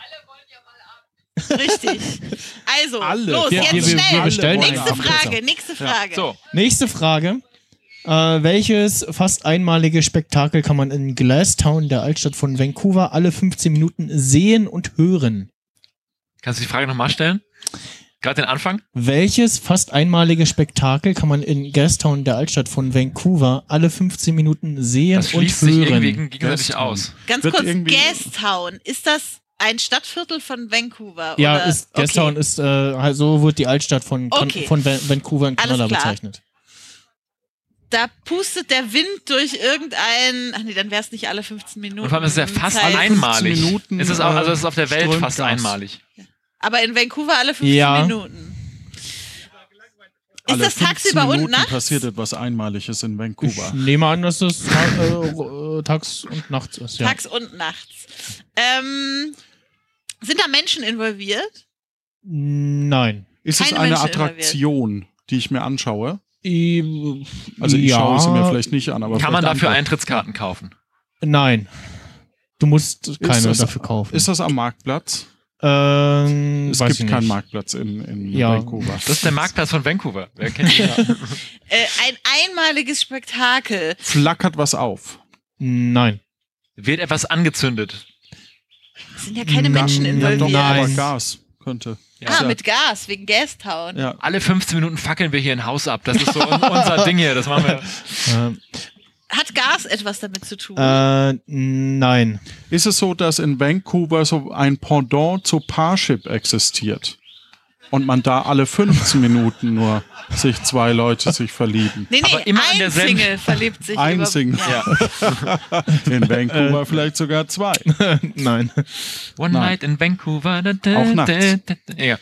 A: Richtig. Also,
B: Alle.
A: los,
C: Wir,
A: jetzt
C: wir, wir, wir
A: schnell.
C: bestellen
B: Alle
A: nächste
C: einfach.
A: Frage, nächste Frage.
D: So,
C: Nächste Frage. Äh, welches fast einmalige Spektakel kann man in Glastown, der Altstadt von Vancouver, alle 15 Minuten sehen und hören?
D: kannst du die Frage nochmal stellen? Gerade den Anfang?
C: Welches fast einmalige Spektakel kann man in Gastown, der Altstadt von Vancouver, alle 15 Minuten sehen
D: Das
C: und
D: schließt sich irgendwie
C: hören?
D: geg- gegenseitig aus.
A: Ganz
B: Wird
A: kurz,
B: irgendwie-
A: Gastown, ist das ein Stadtviertel von Vancouver?
C: Ja,
A: oder?
C: ist, Gastown ist, äh, so wird die Altstadt von, Kan-
A: Okay.
C: von Van- Vancouver in
A: Alles
C: Kanada
A: klar.
C: bezeichnet.
A: Da pustet der Wind durch irgendein. Ach nee, dann wäre es nicht alle 15 Minuten.
D: Und vor allem ist es ja fast
A: Zeit.
D: einmalig.
B: 15 Minuten,
D: ist es auch, also es ist auf der Welt
B: strömt
D: fast
B: Gas.
D: einmalig.
A: Aber in Vancouver alle 15
C: Ja.
A: Minuten. Ist
B: Alle
A: das
B: 15
A: tagsüber
B: Minuten
A: und nachts?
B: passiert etwas Einmaliges in
C: Ich
B: Vancouver.
C: nehme an, dass das ta äh, äh, tags und nachts ist. Ja.
A: Tags und nachts. Ähm, sind da Menschen involviert?
C: Nein.
B: Ist es
A: Keine
B: eine
A: Menschen
B: Attraktion, die ich mir anschaue?
C: I-
B: Also ich
C: ja,
B: schaue sie mir vielleicht nicht an, aber
D: Kann man
B: vielleicht
D: dafür
B: andere.
D: Eintrittskarten kaufen?
C: Nein. Du musst keine
B: das-
C: dafür kaufen.
B: Ist das am Marktplatz?
C: ähm,
B: Es
C: weiß
B: gibt
C: ich
B: keinen
C: nicht.
B: Marktplatz in, in
C: Ja.
B: Vancouver.
D: Das ist der Marktplatz von Vancouver. Wer kennt ihn?
A: Äh, ein einmaliges Spektakel.
B: Flackert was auf.
C: Nein.
D: Wird etwas angezündet?
A: Es sind ja keine
C: Na,
A: Menschen
C: na
B: Ja, doch,
A: involviert.
B: aber
C: Nein.
B: Gas könnte.
A: Ah, mit Gas, wegen Gastown.
B: Ja.
D: Alle 15 Minuten fackeln wir hier ein Haus ab. Das ist so un- unser Ding hier. Das machen wir.
C: Ähm,
A: Hat Gas etwas damit zu tun?
C: äh, nein.
B: Ist es so, dass in Vancouver so ein Pendant zu Parship existiert? Und man da alle 15 Minuten nur sich zwei Leute sich verlieben.
A: nee, nee,
D: aber immer an
A: ein
D: derselben-
A: Single verliebt sich.
B: Ein
A: über-
B: Single.
A: Ja.
B: In Vancouver vielleicht sogar zwei.
C: Nein.
D: One
B: Nein.
D: night in Vancouver. Da, da,
B: Auch nachts.
D: da, da. Ja.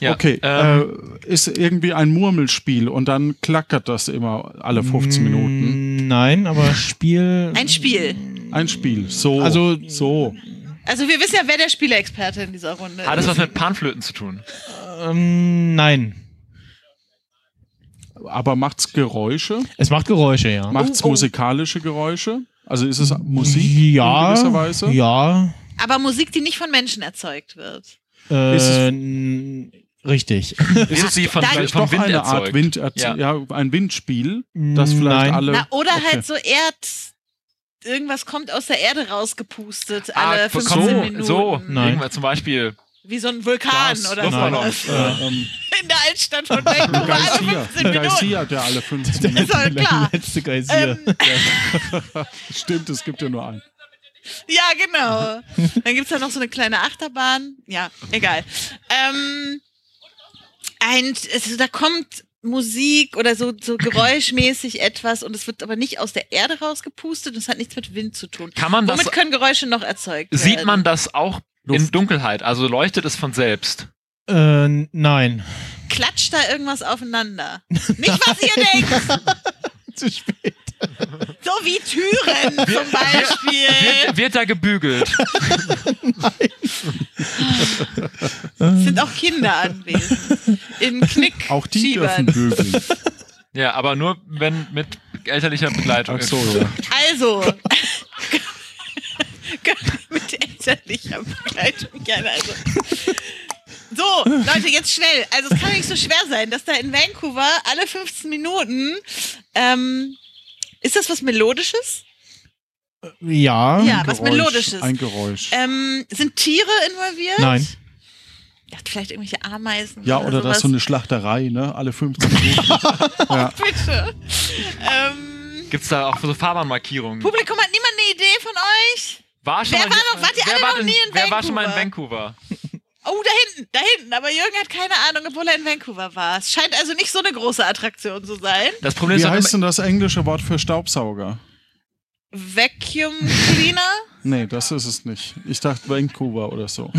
D: ja.
B: Okay,
D: Ähm,
B: äh, ist irgendwie ein Murmelspiel und dann klackert das immer alle 15 Minuten.
C: Nein, aber Spiel.
A: Ein Spiel.
B: Ein Spiel, so,
C: Also-
B: so.
A: Also wir wissen ja, wer der Spieleexperte in dieser Runde
D: hat Ah, das
A: ist.
D: was mit Panflöten zu tun?
C: Ähm, nein.
B: Aber macht's Geräusche?
C: Es macht Geräusche, ja.
B: Macht's
A: Oh, oh.
B: musikalische Geräusche? Also ist es Musik in
C: ja,
B: gewisser Weise?
C: Ja.
A: Aber Musik, die nicht von Menschen erzeugt wird.
C: Äh,
B: Ist es-
C: n- richtig.
D: Wird sie von,
A: da-
D: vom
A: Vielleicht
B: Doch
D: Wind
B: eine
D: erzeugt?
B: Art Wind ja.
D: Ja.
B: ja, ein Windspiel, das vielleicht
C: Nein.
B: alle.
A: Na, oder
B: Okay.
A: halt so Erd. Irgendwas kommt aus der Erde rausgepustet,
D: Ah,
A: alle
D: bekommt-
A: 15 Minuten.
D: so,
C: Nein.
D: irgendwann zum Beispiel.
A: Wie so ein Vulkan
B: Gas,
A: oder
D: Luftballon.
A: sowas.
B: Äh, ähm,
A: In der Altstadt von Vancouver alle 15
B: Geysir,
A: Minuten.
B: Geysir, der alle 15
A: Ist
B: Minuten.
A: doch klar.
C: Letzte Geysir.
A: Ähm,
B: Stimmt, es gibt ja nur einen.
A: ja, genau. Dann gibt es da noch so eine kleine Achterbahn. Ja, egal. Ähm, ein, also da kommt Musik oder so, so geräuschmäßig etwas und es wird aber nicht aus der Erde rausgepustet und es hat nichts mit Wind zu tun.
D: Kann man das?
A: Womit können Geräusche noch erzeugt werden?
D: Sieht man das auch in
B: Luft.
D: Dunkelheit? Also leuchtet es von selbst?
C: äh, nein.
A: Klatscht da irgendwas aufeinander? Nicht, was ihr denkt!
C: Zu spät.
A: So wie Türen zum Beispiel.
D: Wird, wird da gebügelt?
A: Es sind auch Kinder anwesend. In Knick.
B: Auch die
A: Schiebern.
B: dürfen bügeln.
D: Ja, aber nur wenn mit elterlicher Begleitung.
B: Ach so, ja.
A: Also. Mit elterlicher Begleitung gerne. Also. So, Leute, jetzt schnell. Also es kann nicht so schwer sein, dass da in Vancouver alle 15 Minuten. Ähm, ist das was Melodisches?
C: Ja.
A: Ja, was
B: Geräusch,
A: Melodisches.
B: Ein Geräusch.
A: Ähm, sind Tiere involviert?
C: Nein.
A: Ich dachte vielleicht irgendwelche Ameisen.
B: ja, oder das ist so
A: sowas.
B: eine Schlachterei, ne? Alle 15 Minuten. ja.
A: Bitte. Ähm,
D: Gibt's da auch so Fahrbahnmarkierungen?
A: Publikum, hat niemand eine Idee von euch?
D: War schon
A: Wer
D: mal,
A: war noch- wart ihr
D: wer
A: alle
D: war
A: noch
D: denn-
A: nie in
D: Wer war schon mal in Vancouver?
A: Oh, da hinten, da hinten. Aber Jürgen hat keine Ahnung, obwohl er in Vancouver war. Es scheint also nicht so eine große Attraktion zu sein.
D: Das Problem ist,
B: Wie
D: doch
B: heißt
D: immer,
B: denn das englische Wort für Staubsauger?
A: Vacuum Cleaner?
B: Nee, das ist es nicht. Ich dachte Vancouver oder so.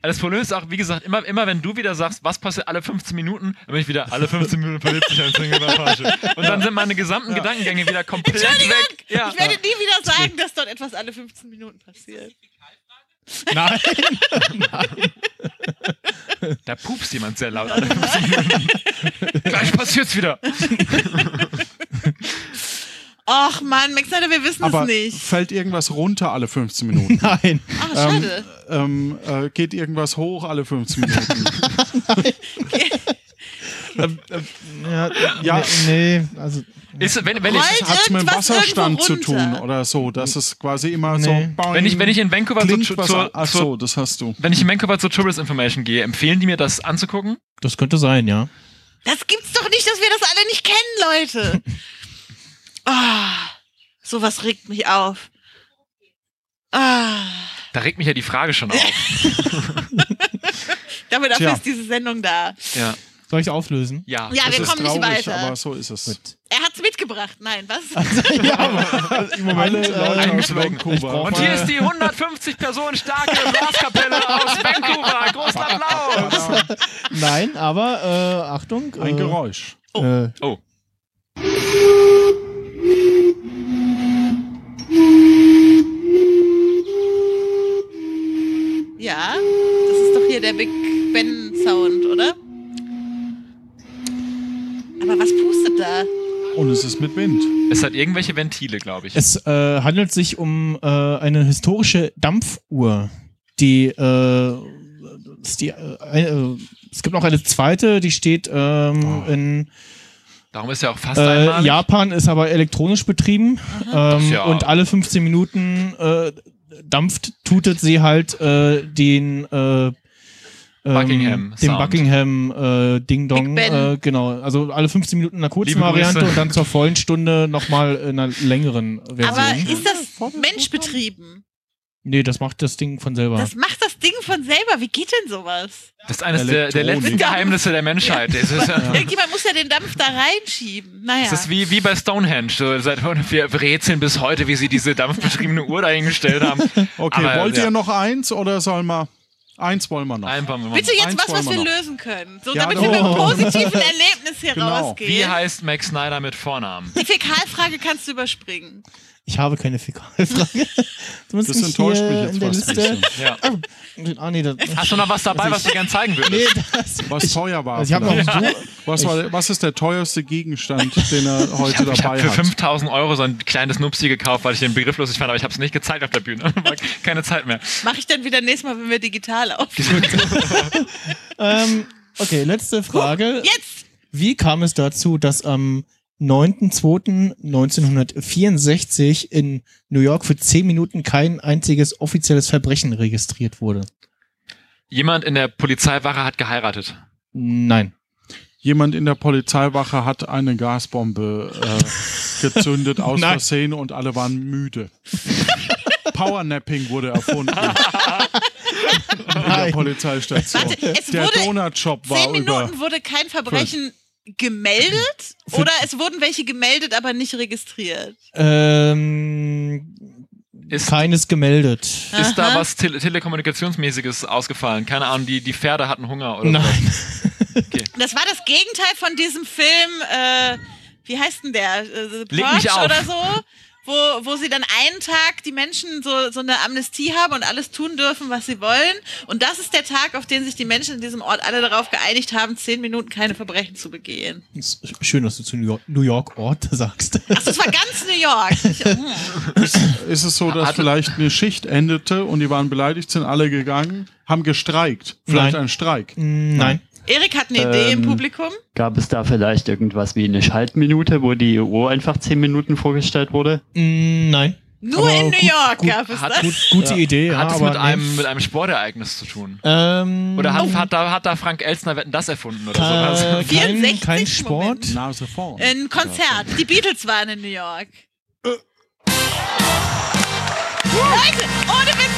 D: das Problem ist auch, wie gesagt, immer, immer wenn du wieder sagst, was passiert alle 15 Minuten, dann bin ich wieder alle 15 Minuten verliebt sich ein Single bei Parship. Und dann sind meine gesamten Gedankengänge wieder komplett weg. Ja.
A: Ich werde nie wieder sagen, dass dort etwas alle 15 Minuten passiert.
C: Nein.
D: Da pupst jemand sehr laut. Alle 15 Minuten. Gleich passiert's wieder.
A: Och Mann, Max, Alter, wir wissen
B: Aber
A: es nicht.
B: fällt irgendwas runter alle 15 Minuten?
C: Nein.
A: Ach, schade.
B: ähm, äh, geht irgendwas hoch alle 15 Minuten?
C: Ja, ja. Nee, also
D: Ist, wenn, wenn, ich,
A: Rollt
B: Hat's mit dem
A: irgendwas
B: Wasserstand zu
A: irgendwo
B: tun
A: runter?
B: oder so. Das ist quasi immer
C: Nee.
B: so.
D: wenn, ich, wenn ich in Vancouver
B: Klingt
D: zu,
B: was,
D: zu,
B: ach
D: zu,
B: so, das hast du.
D: wenn ich in Vancouver zur Tourist Information gehe, empfehlen die mir das anzugucken?
C: Das könnte sein, ja.
A: Das gibt's doch nicht, dass wir das alle nicht kennen, Leute. Ah, sowas regt mich auf. Ah,
D: Da regt mich ja die Frage schon auf.
A: damit dafür
B: Tja.
A: ist diese Sendung da.
D: ja.
C: Soll ich auflösen?
D: Ja. Also,
A: Ja, wir
B: das
A: kommen
B: ist
A: nicht
B: traurig,
A: weiter.
B: aber so ist es.
A: Er hat's mitgebracht. Nein, was?
B: Im Moment
C: Alle Leute
B: äh,
D: aus
B: aus
C: Vancouver.
B: Vancouver.
D: Und hier ist die 150 Personen starke Blaskapelle aus Vancouver. Großen Applaus!
C: Nein, aber äh, Achtung.
B: ein
C: äh,
B: Geräusch.
C: Äh,
D: Oh.
A: Ja, das ist doch hier der Big Ben Sound, oder? Aber was pustet da?
B: Und es ist mit Wind.
D: Es hat irgendwelche Ventile, glaube ich.
C: Es äh, handelt sich um äh, eine historische Dampfuhr, die, äh, ist die äh, eine, äh, es gibt noch eine zweite, die steht ähm,
D: Ah.
C: in
D: Darum ist ja auch fast
C: äh,
D: einmalig.
C: Japan, ist aber elektronisch
A: Mhm.
C: betrieben ähm,
D: ja-
C: und alle 15 Minuten äh, dampft, tutet sie halt äh, den äh, ähm,
D: Buckingham
C: den
D: Sound.
C: Buckingham äh, Ding
A: Big
C: Dong,
A: Ben.
C: äh, genau. Also alle 15 Minuten in einer kurzen
D: Liebe
C: Variante
D: Grüße.
C: und dann zur vollen Stunde nochmal in einer längeren Version.
A: Aber ist das menschbetrieben?
C: Nee, das macht das Ding von selber.
A: Das macht das Ding von selber. Wie geht denn sowas?
D: Das ist eines der, der
B: Elektronik.
D: letzten Geheimnisse der Menschheit. Es ist,
A: Irgendjemand muss ja den Dampf da reinschieben. Naja.
D: es ist wie, wie bei Stonehenge. So, seit, wir rätseln bis heute, wie sie diese dampfbetriebene Uhr dahingestellt haben.
B: Okay,
D: Aber,
B: wollt
D: ja.
B: ihr noch eins oder soll mal eins wollen wir noch?
D: Ein paar Mal.
A: Bitte jetzt
B: Eins
A: was, was
B: wollen
A: wir
B: wir noch.
A: lösen können. So,
B: Ja,
A: damit
B: doch.
A: wir mit einem positiven Erlebnis hier
B: Genau.
A: rausgehen.
D: Wie heißt Max Snyder mit Vornamen?
A: Die Fäkalfrage kannst du überspringen.
C: Ich habe keine Fäkalfrage. Zumindest
B: Das
C: nicht
B: enttäuscht
C: hier
B: mich jetzt
C: in der
B: fast
C: Liste.
B: ein
D: Ja.
C: Ah, nee, das,
D: Hast du noch was dabei, was du gern zeigen
C: nee,
D: würdest?
C: das,
B: Was teuer war.
C: also ich habe noch
B: vielleicht.
C: ja.
B: was, war was ist der teuerste Gegenstand, den er heute
D: Ich habe
B: dabei
D: für
B: hat?
D: 5000 Euro so ein kleines Nupsi gekauft, weil ich den Begriff lustig fand, aber ich habe es nicht gezeigt auf der Bühne. War Keine Zeit mehr.
A: Mache ich dann wieder nächstes Mal, wenn wir digital auf.
C: ähm, Okay, letzte Frage.
A: Jetzt!
C: Wie kam es dazu, dass am 9.2.1964 in New York für 10 Minuten kein einziges offizielles Verbrechen registriert wurde?
D: Jemand in der Polizeiwache hat geheiratet.
C: Nein.
B: Jemand in der Polizeiwache hat eine Gasbombe äh, gezündet aus
C: Nein.
B: Versehen und alle waren müde. Powernapping wurde erfunden. In der
C: Nein.
B: Polizeistation.
A: Warte, es
B: der
A: wurde-
B: Donutshop war
A: Zehn
B: über.
A: Minuten wurde kein Verbrechen gemeldet oder es wurden welche gemeldet, aber nicht registriert.
C: Ähm,
D: Ist-
C: keines gemeldet.
D: Ist da
A: Aha.
D: was Tele Telekommunikationsmäßiges ausgefallen? Keine Ahnung, die, die Pferde hatten Hunger oder so.
C: Nein.
A: Das war das Gegenteil von diesem Film, äh, wie heißt denn der? Äh, The
D: Leg mich
A: Purge
D: auf.
A: oder so? Wo, wo sie dann einen Tag die Menschen so, so eine Amnestie haben und alles tun dürfen, was sie wollen. Und das ist der Tag, auf den sich die Menschen in diesem Ort alle darauf geeinigt haben, zehn Minuten keine Verbrechen zu begehen.
C: Ist Schön, dass du zu New York, New York Ort sagst.
A: Ach, das war ganz New York. Ich, hm.
B: Ist es so, dass
D: Hatte-
B: vielleicht eine Schicht endete und die waren beleidigt, sind alle gegangen, haben gestreikt. Vielleicht
C: Nein.
B: ein Streik.
C: Nein.
A: Erik hat eine Idee im
J: Ähm,
A: Publikum.
J: Gab es da vielleicht irgendwas wie eine Schaltminute, wo die Uhr einfach 10 Minuten vorgestellt wurde?
C: Mm, Nein.
A: Nur
C: aber
A: in New
C: gut-
A: York
C: gut-
A: gab es
D: hat
A: das.
C: Gut, gute Idee, ja,
D: Hat es
C: aber
D: mit
C: nee.
D: einem, mit einem Sportereignis zu tun?
C: ähm,
D: Oder hat, hat, da, hat da Frank Elstner Wetten das erfunden oder sowas?
C: äh, kein,
A: 64
C: kein Sport?
A: Moment.
B: Nase vorn.
A: Ein Konzert. Die Beatles waren in New York.
D: Äh.
A: Leute, ohne Witz,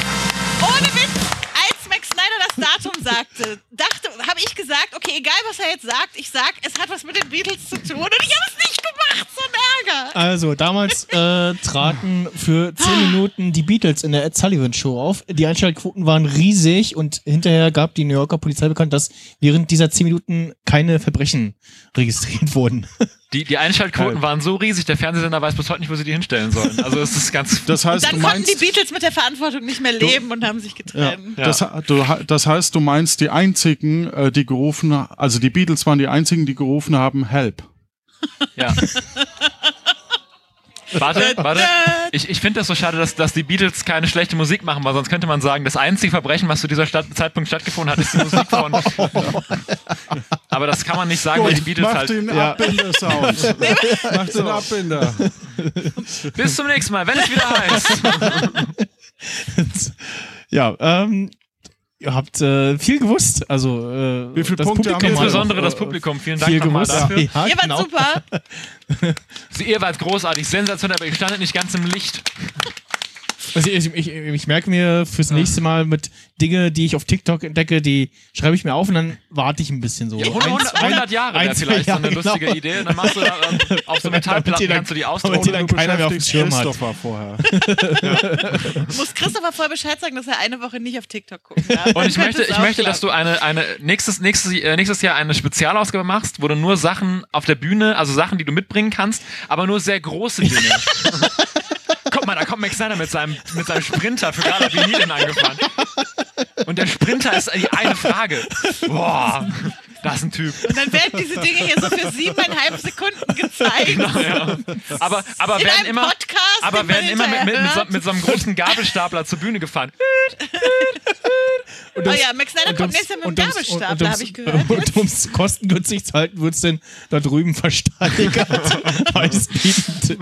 A: ohne Witz, als Max Snyder das Datum sagte, dachte, habe ich gesagt, okay, egal was er jetzt sagt, ich sag, es hat was mit den Beatles zu tun und ich habe es nicht gemacht, so ein Ärger.
C: Also, damals äh, traten für
A: Ah.
C: 10 Minuten die Beatles in der Ed Sullivan Show auf. Die Einschaltquoten waren riesig und hinterher gab die New Yorker Polizei bekannt, dass während dieser 10 Minuten keine Verbrechen registriert wurden.
D: Die, die Einschaltquoten
C: Äh.
D: waren so riesig, der Fernsehsender weiß bis heute nicht, wo sie die hinstellen sollen. Also es ist ganz.
B: Das heißt,
A: Dann
B: du
A: konnten die
B: meinst,
A: Beatles mit der Verantwortung nicht mehr leben und haben sich getrennt.
D: Ja.
B: das, du, das heißt, du meinst die einzigen, äh, die gerufen, also die Beatles waren die einzigen, die gerufen haben, Help.
D: ja. Warte, warte. Ich, ich finde das so schade, dass, dass die Beatles keine schlechte Musik machen, weil sonst könnte man sagen, das einzige Verbrechen, was zu dieser Stadt, Zeitpunkt stattgefunden hat, ist die Musik von. Aber das kann man nicht sagen, weil die Beatles
B: mach
D: halt.
B: den Abbinder-Sound. mach den Abbinder.
D: Bis zum nächsten Mal, wenn es wieder heißt.
C: ja, ähm, ihr habt äh, viel gewusst. Also, äh,
B: Wie viele Punkte haben wir?
C: hat
D: Insbesondere
C: auch,
D: das
C: äh,
D: Publikum. Vielen Dank
C: Viel
D: nochmal
C: gewusst.
D: dafür.
C: Ja,
A: Ihr wart
C: genau.
A: super.
D: Sie, ihr wart großartig, sensationell, aber ihr standet nicht ganz im Licht.
C: Also ich, ich, ich merke mir fürs nächste Mal mit Dinge, die ich auf TikTok entdecke, die schreibe ich mir auf und dann warte ich ein bisschen so.
D: Ja, 100, 100 Jahre wäre
C: eins,
D: vielleicht so eine
C: ja,
D: lustige
C: genau.
D: Idee. Und dann machst du da, ähm, auf
C: Damit
D: so
C: die
D: Metallplatten,
C: dann-
D: kannst du
C: damit
D: die
C: die
D: ausdrucken.
C: dann keiner mehr auf dem Schirm hat.
B: Christopher vorher.
A: Muss Christopher voll Bescheid sagen, dass er eine Woche nicht auf TikTok gucken darf.
D: Und ich
A: Dann könnte
D: möchte,
A: es
D: ich möchte,
A: ausschlagen.
D: dass du eine, eine nächstes, nächstes, äh, nächstes Jahr eine Spezialausgabe machst, wo du nur Sachen auf der Bühne, also Sachen, die du mitbringen kannst, aber nur sehr große Dinge. Guck mal, da kommt Max Snyder mit seinem, mit seinem Sprinter für Gala Vinilin angefahren. Und der Sprinter ist die eine Frage. Boah, das ist ein Typ.
A: Und dann werden diese Dinge hier so für siebeneinhalb Sekunden gezeigt.
D: Ja. Aber, aber
A: In
D: werden
A: einem
D: immer,
A: Podcast,
D: aber
A: den man
D: werden immer mit, mit, mit, so,
A: hinterher
D: mit so einem großen Gabelstapler zur Bühne gefahren.
C: Und
A: Oh
C: das-
A: ja, Max Snyder
C: und
A: kommt
C: um's-
A: nächstes Jahr mit dem
C: und um's-
A: Gabelstab,
C: und
A: da
C: um's-
A: habe ich gehört.
C: Und um es kostengünstig zu halten, wird es denn da drüben versteigert. Preisbietend.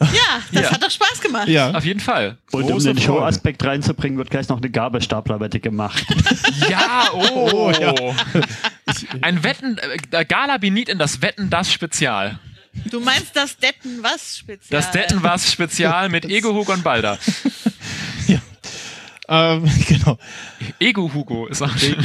A: Ja, das
D: Ja.
A: hat doch Spaß gemacht.
C: ja.
D: Auf jeden Fall.
J: Und um
B: Große
J: den
B: Freude.
J: Show-Aspekt reinzubringen, wird gleich noch eine Gabelstaplerwette gemacht.
D: Ja, oh. Ein Wetten, äh, Gala Benit in das Wetten das Spezial.
A: Du meinst das Detten was speziell?
D: Das Detten was Spezial mit Ego Hugo und Balder.
C: Ähm, genau.
D: Ego Hugo ist auch schön.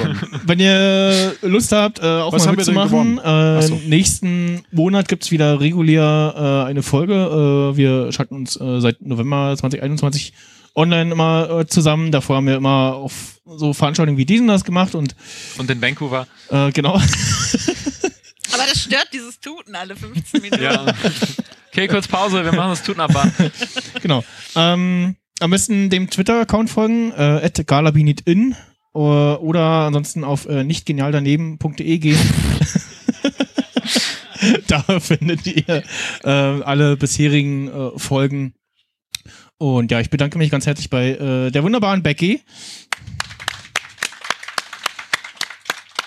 C: Wenn ihr Lust habt, äh, auch
B: Was
C: mal
B: haben wir denn
C: mitzumachen,
B: gewonnen?
C: äh,
B: so.
C: nächsten Monat gibt es wieder regulär äh, eine Folge. Äh, wir schalten uns äh, seit November 2021 online immer äh, zusammen. Davor haben wir immer auf so Veranstaltungen wie diesen das gemacht und
D: Und in Vancouver.
C: äh, genau.
A: Aber das stört dieses Tuten alle 15 Minuten.
D: Ja. Okay, kurz Pause, wir machen das Tutenabbar.
C: genau. Ähm, am besten dem Twitter-Account folgen, äh, galabinitin äh, oder ansonsten auf äh, nichtgenialdaneben.de gehen. da findet ihr äh, alle bisherigen äh, Folgen. Und ja, ich bedanke mich ganz herzlich bei äh, der wunderbaren Becky.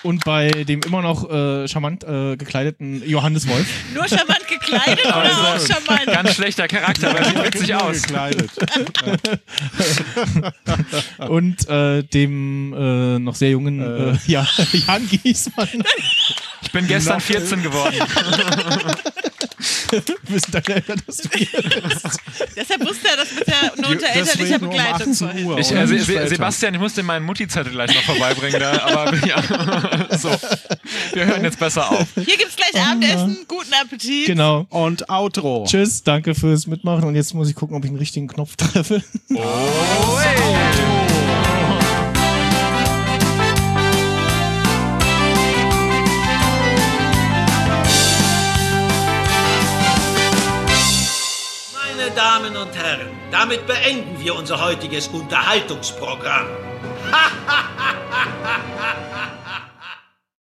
C: Und bei dem immer noch äh, charmant äh, gekleideten Johannes Wolf.
A: Nur charmant gekleidet oder auch
D: Also,
A: charmant?
D: Ganz schlechter Charakter, aber sieht witzig aus.
B: Gekleidet.
C: und äh, dem äh, noch sehr jungen äh, ja, Jan Giesmann.
D: Ich bin gestern 14 geworden.
C: Wir sind dann leider, dass du hier bist.
A: Deshalb wusste er das mit der nur unter elterlicher
B: Deswegen nur um
A: Begleitung
B: 18
A: vorhin.
B: Uhr.
D: Ich,
B: oder
D: äh, Se-
B: nicht
D: Se-
B: später.
D: Sebastian, ich muss dir meinen Mutti-Zettel gleich noch vorbeibringen, da, aber ja. So. Wir hören jetzt besser auf.
A: Hier gibt's
B: Oh
A: gleich Abendessen. Guten Appetit.
C: Genau.
B: Und Outro.
C: Tschüss, danke fürs Mitmachen und jetzt muss ich gucken, ob ich den richtigen Knopf treffe.
K: Meine Damen und Herren, damit beenden wir unser heutiges Unterhaltungsprogramm.